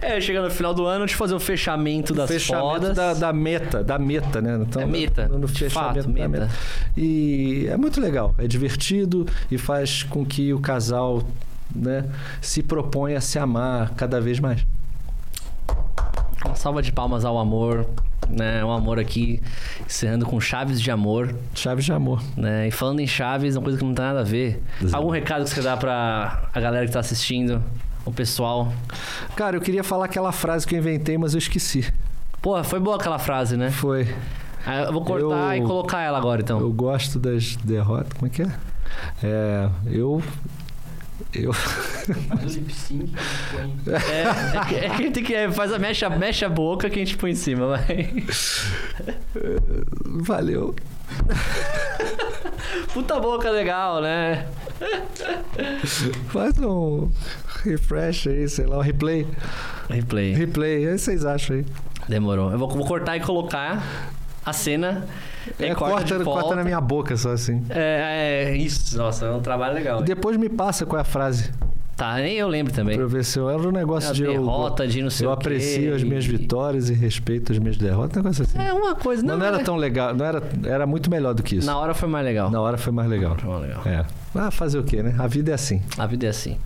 Speaker 1: É, chega no final do ano, de fazer o fechamento das
Speaker 2: fechamento
Speaker 1: fodas.
Speaker 2: da, da meta, da meta, né? Então,
Speaker 1: É meta,
Speaker 2: no
Speaker 1: de
Speaker 2: fechamento
Speaker 1: fato,
Speaker 2: da
Speaker 1: meta.
Speaker 2: E é muito legal, é divertido e faz com que o casal né, se proponha a se amar cada vez mais.
Speaker 1: Uma salva de palmas ao amor. Né? Um amor aqui, encerrando com chaves de amor.
Speaker 2: Chave de amor.
Speaker 1: né? E falando em Chaves, uma coisa que não tem nada a ver. Algum recado que você dá pra a galera que tá assistindo? O pessoal.
Speaker 2: Cara, eu queria falar aquela frase que eu inventei, mas eu esqueci.
Speaker 1: Porra, foi boa aquela frase, né?
Speaker 2: Foi.
Speaker 1: Ah, Eu vou cortar
Speaker 2: Eu-
Speaker 1: e colocar ela agora, então.
Speaker 2: Eu gosto das derrotas. Como é que é? É. Eu. Eu.
Speaker 1: É, é, que- é que tem que é, faz a mexe, a- mexe a boca que a gente põe em cima, vai.
Speaker 2: Valeu.
Speaker 1: Puta boca legal, né?
Speaker 2: Faz um refresh aí, sei lá, um replay.
Speaker 1: Replay.
Speaker 2: Replay, aí vocês acham aí.
Speaker 1: Demorou. Eu vou, vou cortar e colocar a cena. aí
Speaker 2: É,
Speaker 1: de
Speaker 2: corta,
Speaker 1: volta.
Speaker 2: corta na minha boca só assim.
Speaker 1: É, é, isso. Nossa, é um trabalho legal. hein?
Speaker 2: Depois me passa qual é a frase.
Speaker 1: Tá, nem eu lembro também.
Speaker 2: Pra eu ver se eu era um negócio
Speaker 1: A
Speaker 2: de. eu-
Speaker 1: derrota de não sei
Speaker 2: Eu
Speaker 1: o quê.
Speaker 2: aprecio as minhas vitórias e respeito as minhas derrotas. Um negócio assim.
Speaker 1: É uma coisa,
Speaker 2: Mas
Speaker 1: não,
Speaker 2: não era
Speaker 1: né?
Speaker 2: tão legal, não era, era muito melhor do que isso.
Speaker 1: Na hora foi mais legal.
Speaker 2: Na hora foi mais legal.
Speaker 1: Foi mais legal.
Speaker 2: É. Ah, fazer o quê, né? A vida é assim.
Speaker 1: A vida é assim.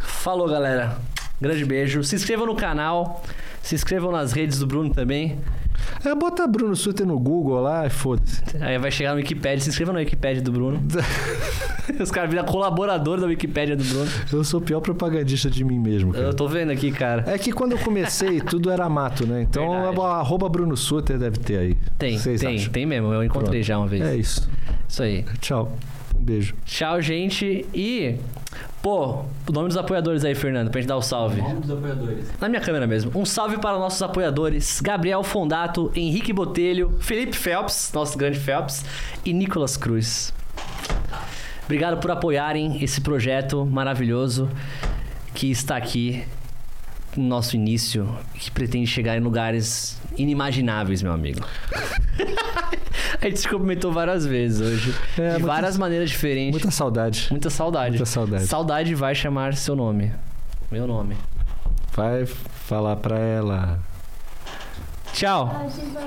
Speaker 1: Falou, galera. Grande beijo. Se inscrevam no canal. Se inscrevam nas redes do Bruno também.
Speaker 2: É, bota Bruno Suter no Google lá e foda-se.
Speaker 1: Aí vai chegar no Wikipedia. Se inscreva na Wikipedia do Bruno. Os caras viram colaborador da Wikipedia do Bruno.
Speaker 2: Eu sou o pior propagandista de mim mesmo, cara.
Speaker 1: Eu tô vendo aqui, cara.
Speaker 2: É que quando eu comecei, tudo era mato, né? Então,
Speaker 1: Verdade.
Speaker 2: a- arroba Bruno Suter deve ter aí.
Speaker 1: Tem,
Speaker 2: Vocês
Speaker 1: tem,
Speaker 2: acham?
Speaker 1: tem mesmo. Eu encontrei
Speaker 2: Pronto.
Speaker 1: já uma vez.
Speaker 2: É isso.
Speaker 1: Isso aí.
Speaker 2: Tchau. Um beijo.
Speaker 1: Tchau, gente. E, pô, o nome dos apoiadores aí, Fernando, pra gente dar o salve. Na minha câmera mesmo. Um salve para nossos apoiadores: Gabriel Fondato, Henrique Botelho, Felipe Phelps, nosso grande Phelps, e Nicolas Cruz. Obrigado por apoiarem esse projeto maravilhoso que está aqui no nosso início, que pretende chegar em lugares inimagináveis, meu amigo. A gente se cumprimentou várias vezes hoje.
Speaker 2: É,
Speaker 1: de
Speaker 2: muita-
Speaker 1: várias maneiras diferentes.
Speaker 2: Muita saudade.
Speaker 1: Muita saudade.
Speaker 2: Muita saudade.
Speaker 1: Saudade vai chamar seu nome. Meu nome.
Speaker 2: Vai falar pra ela.
Speaker 1: Tchau.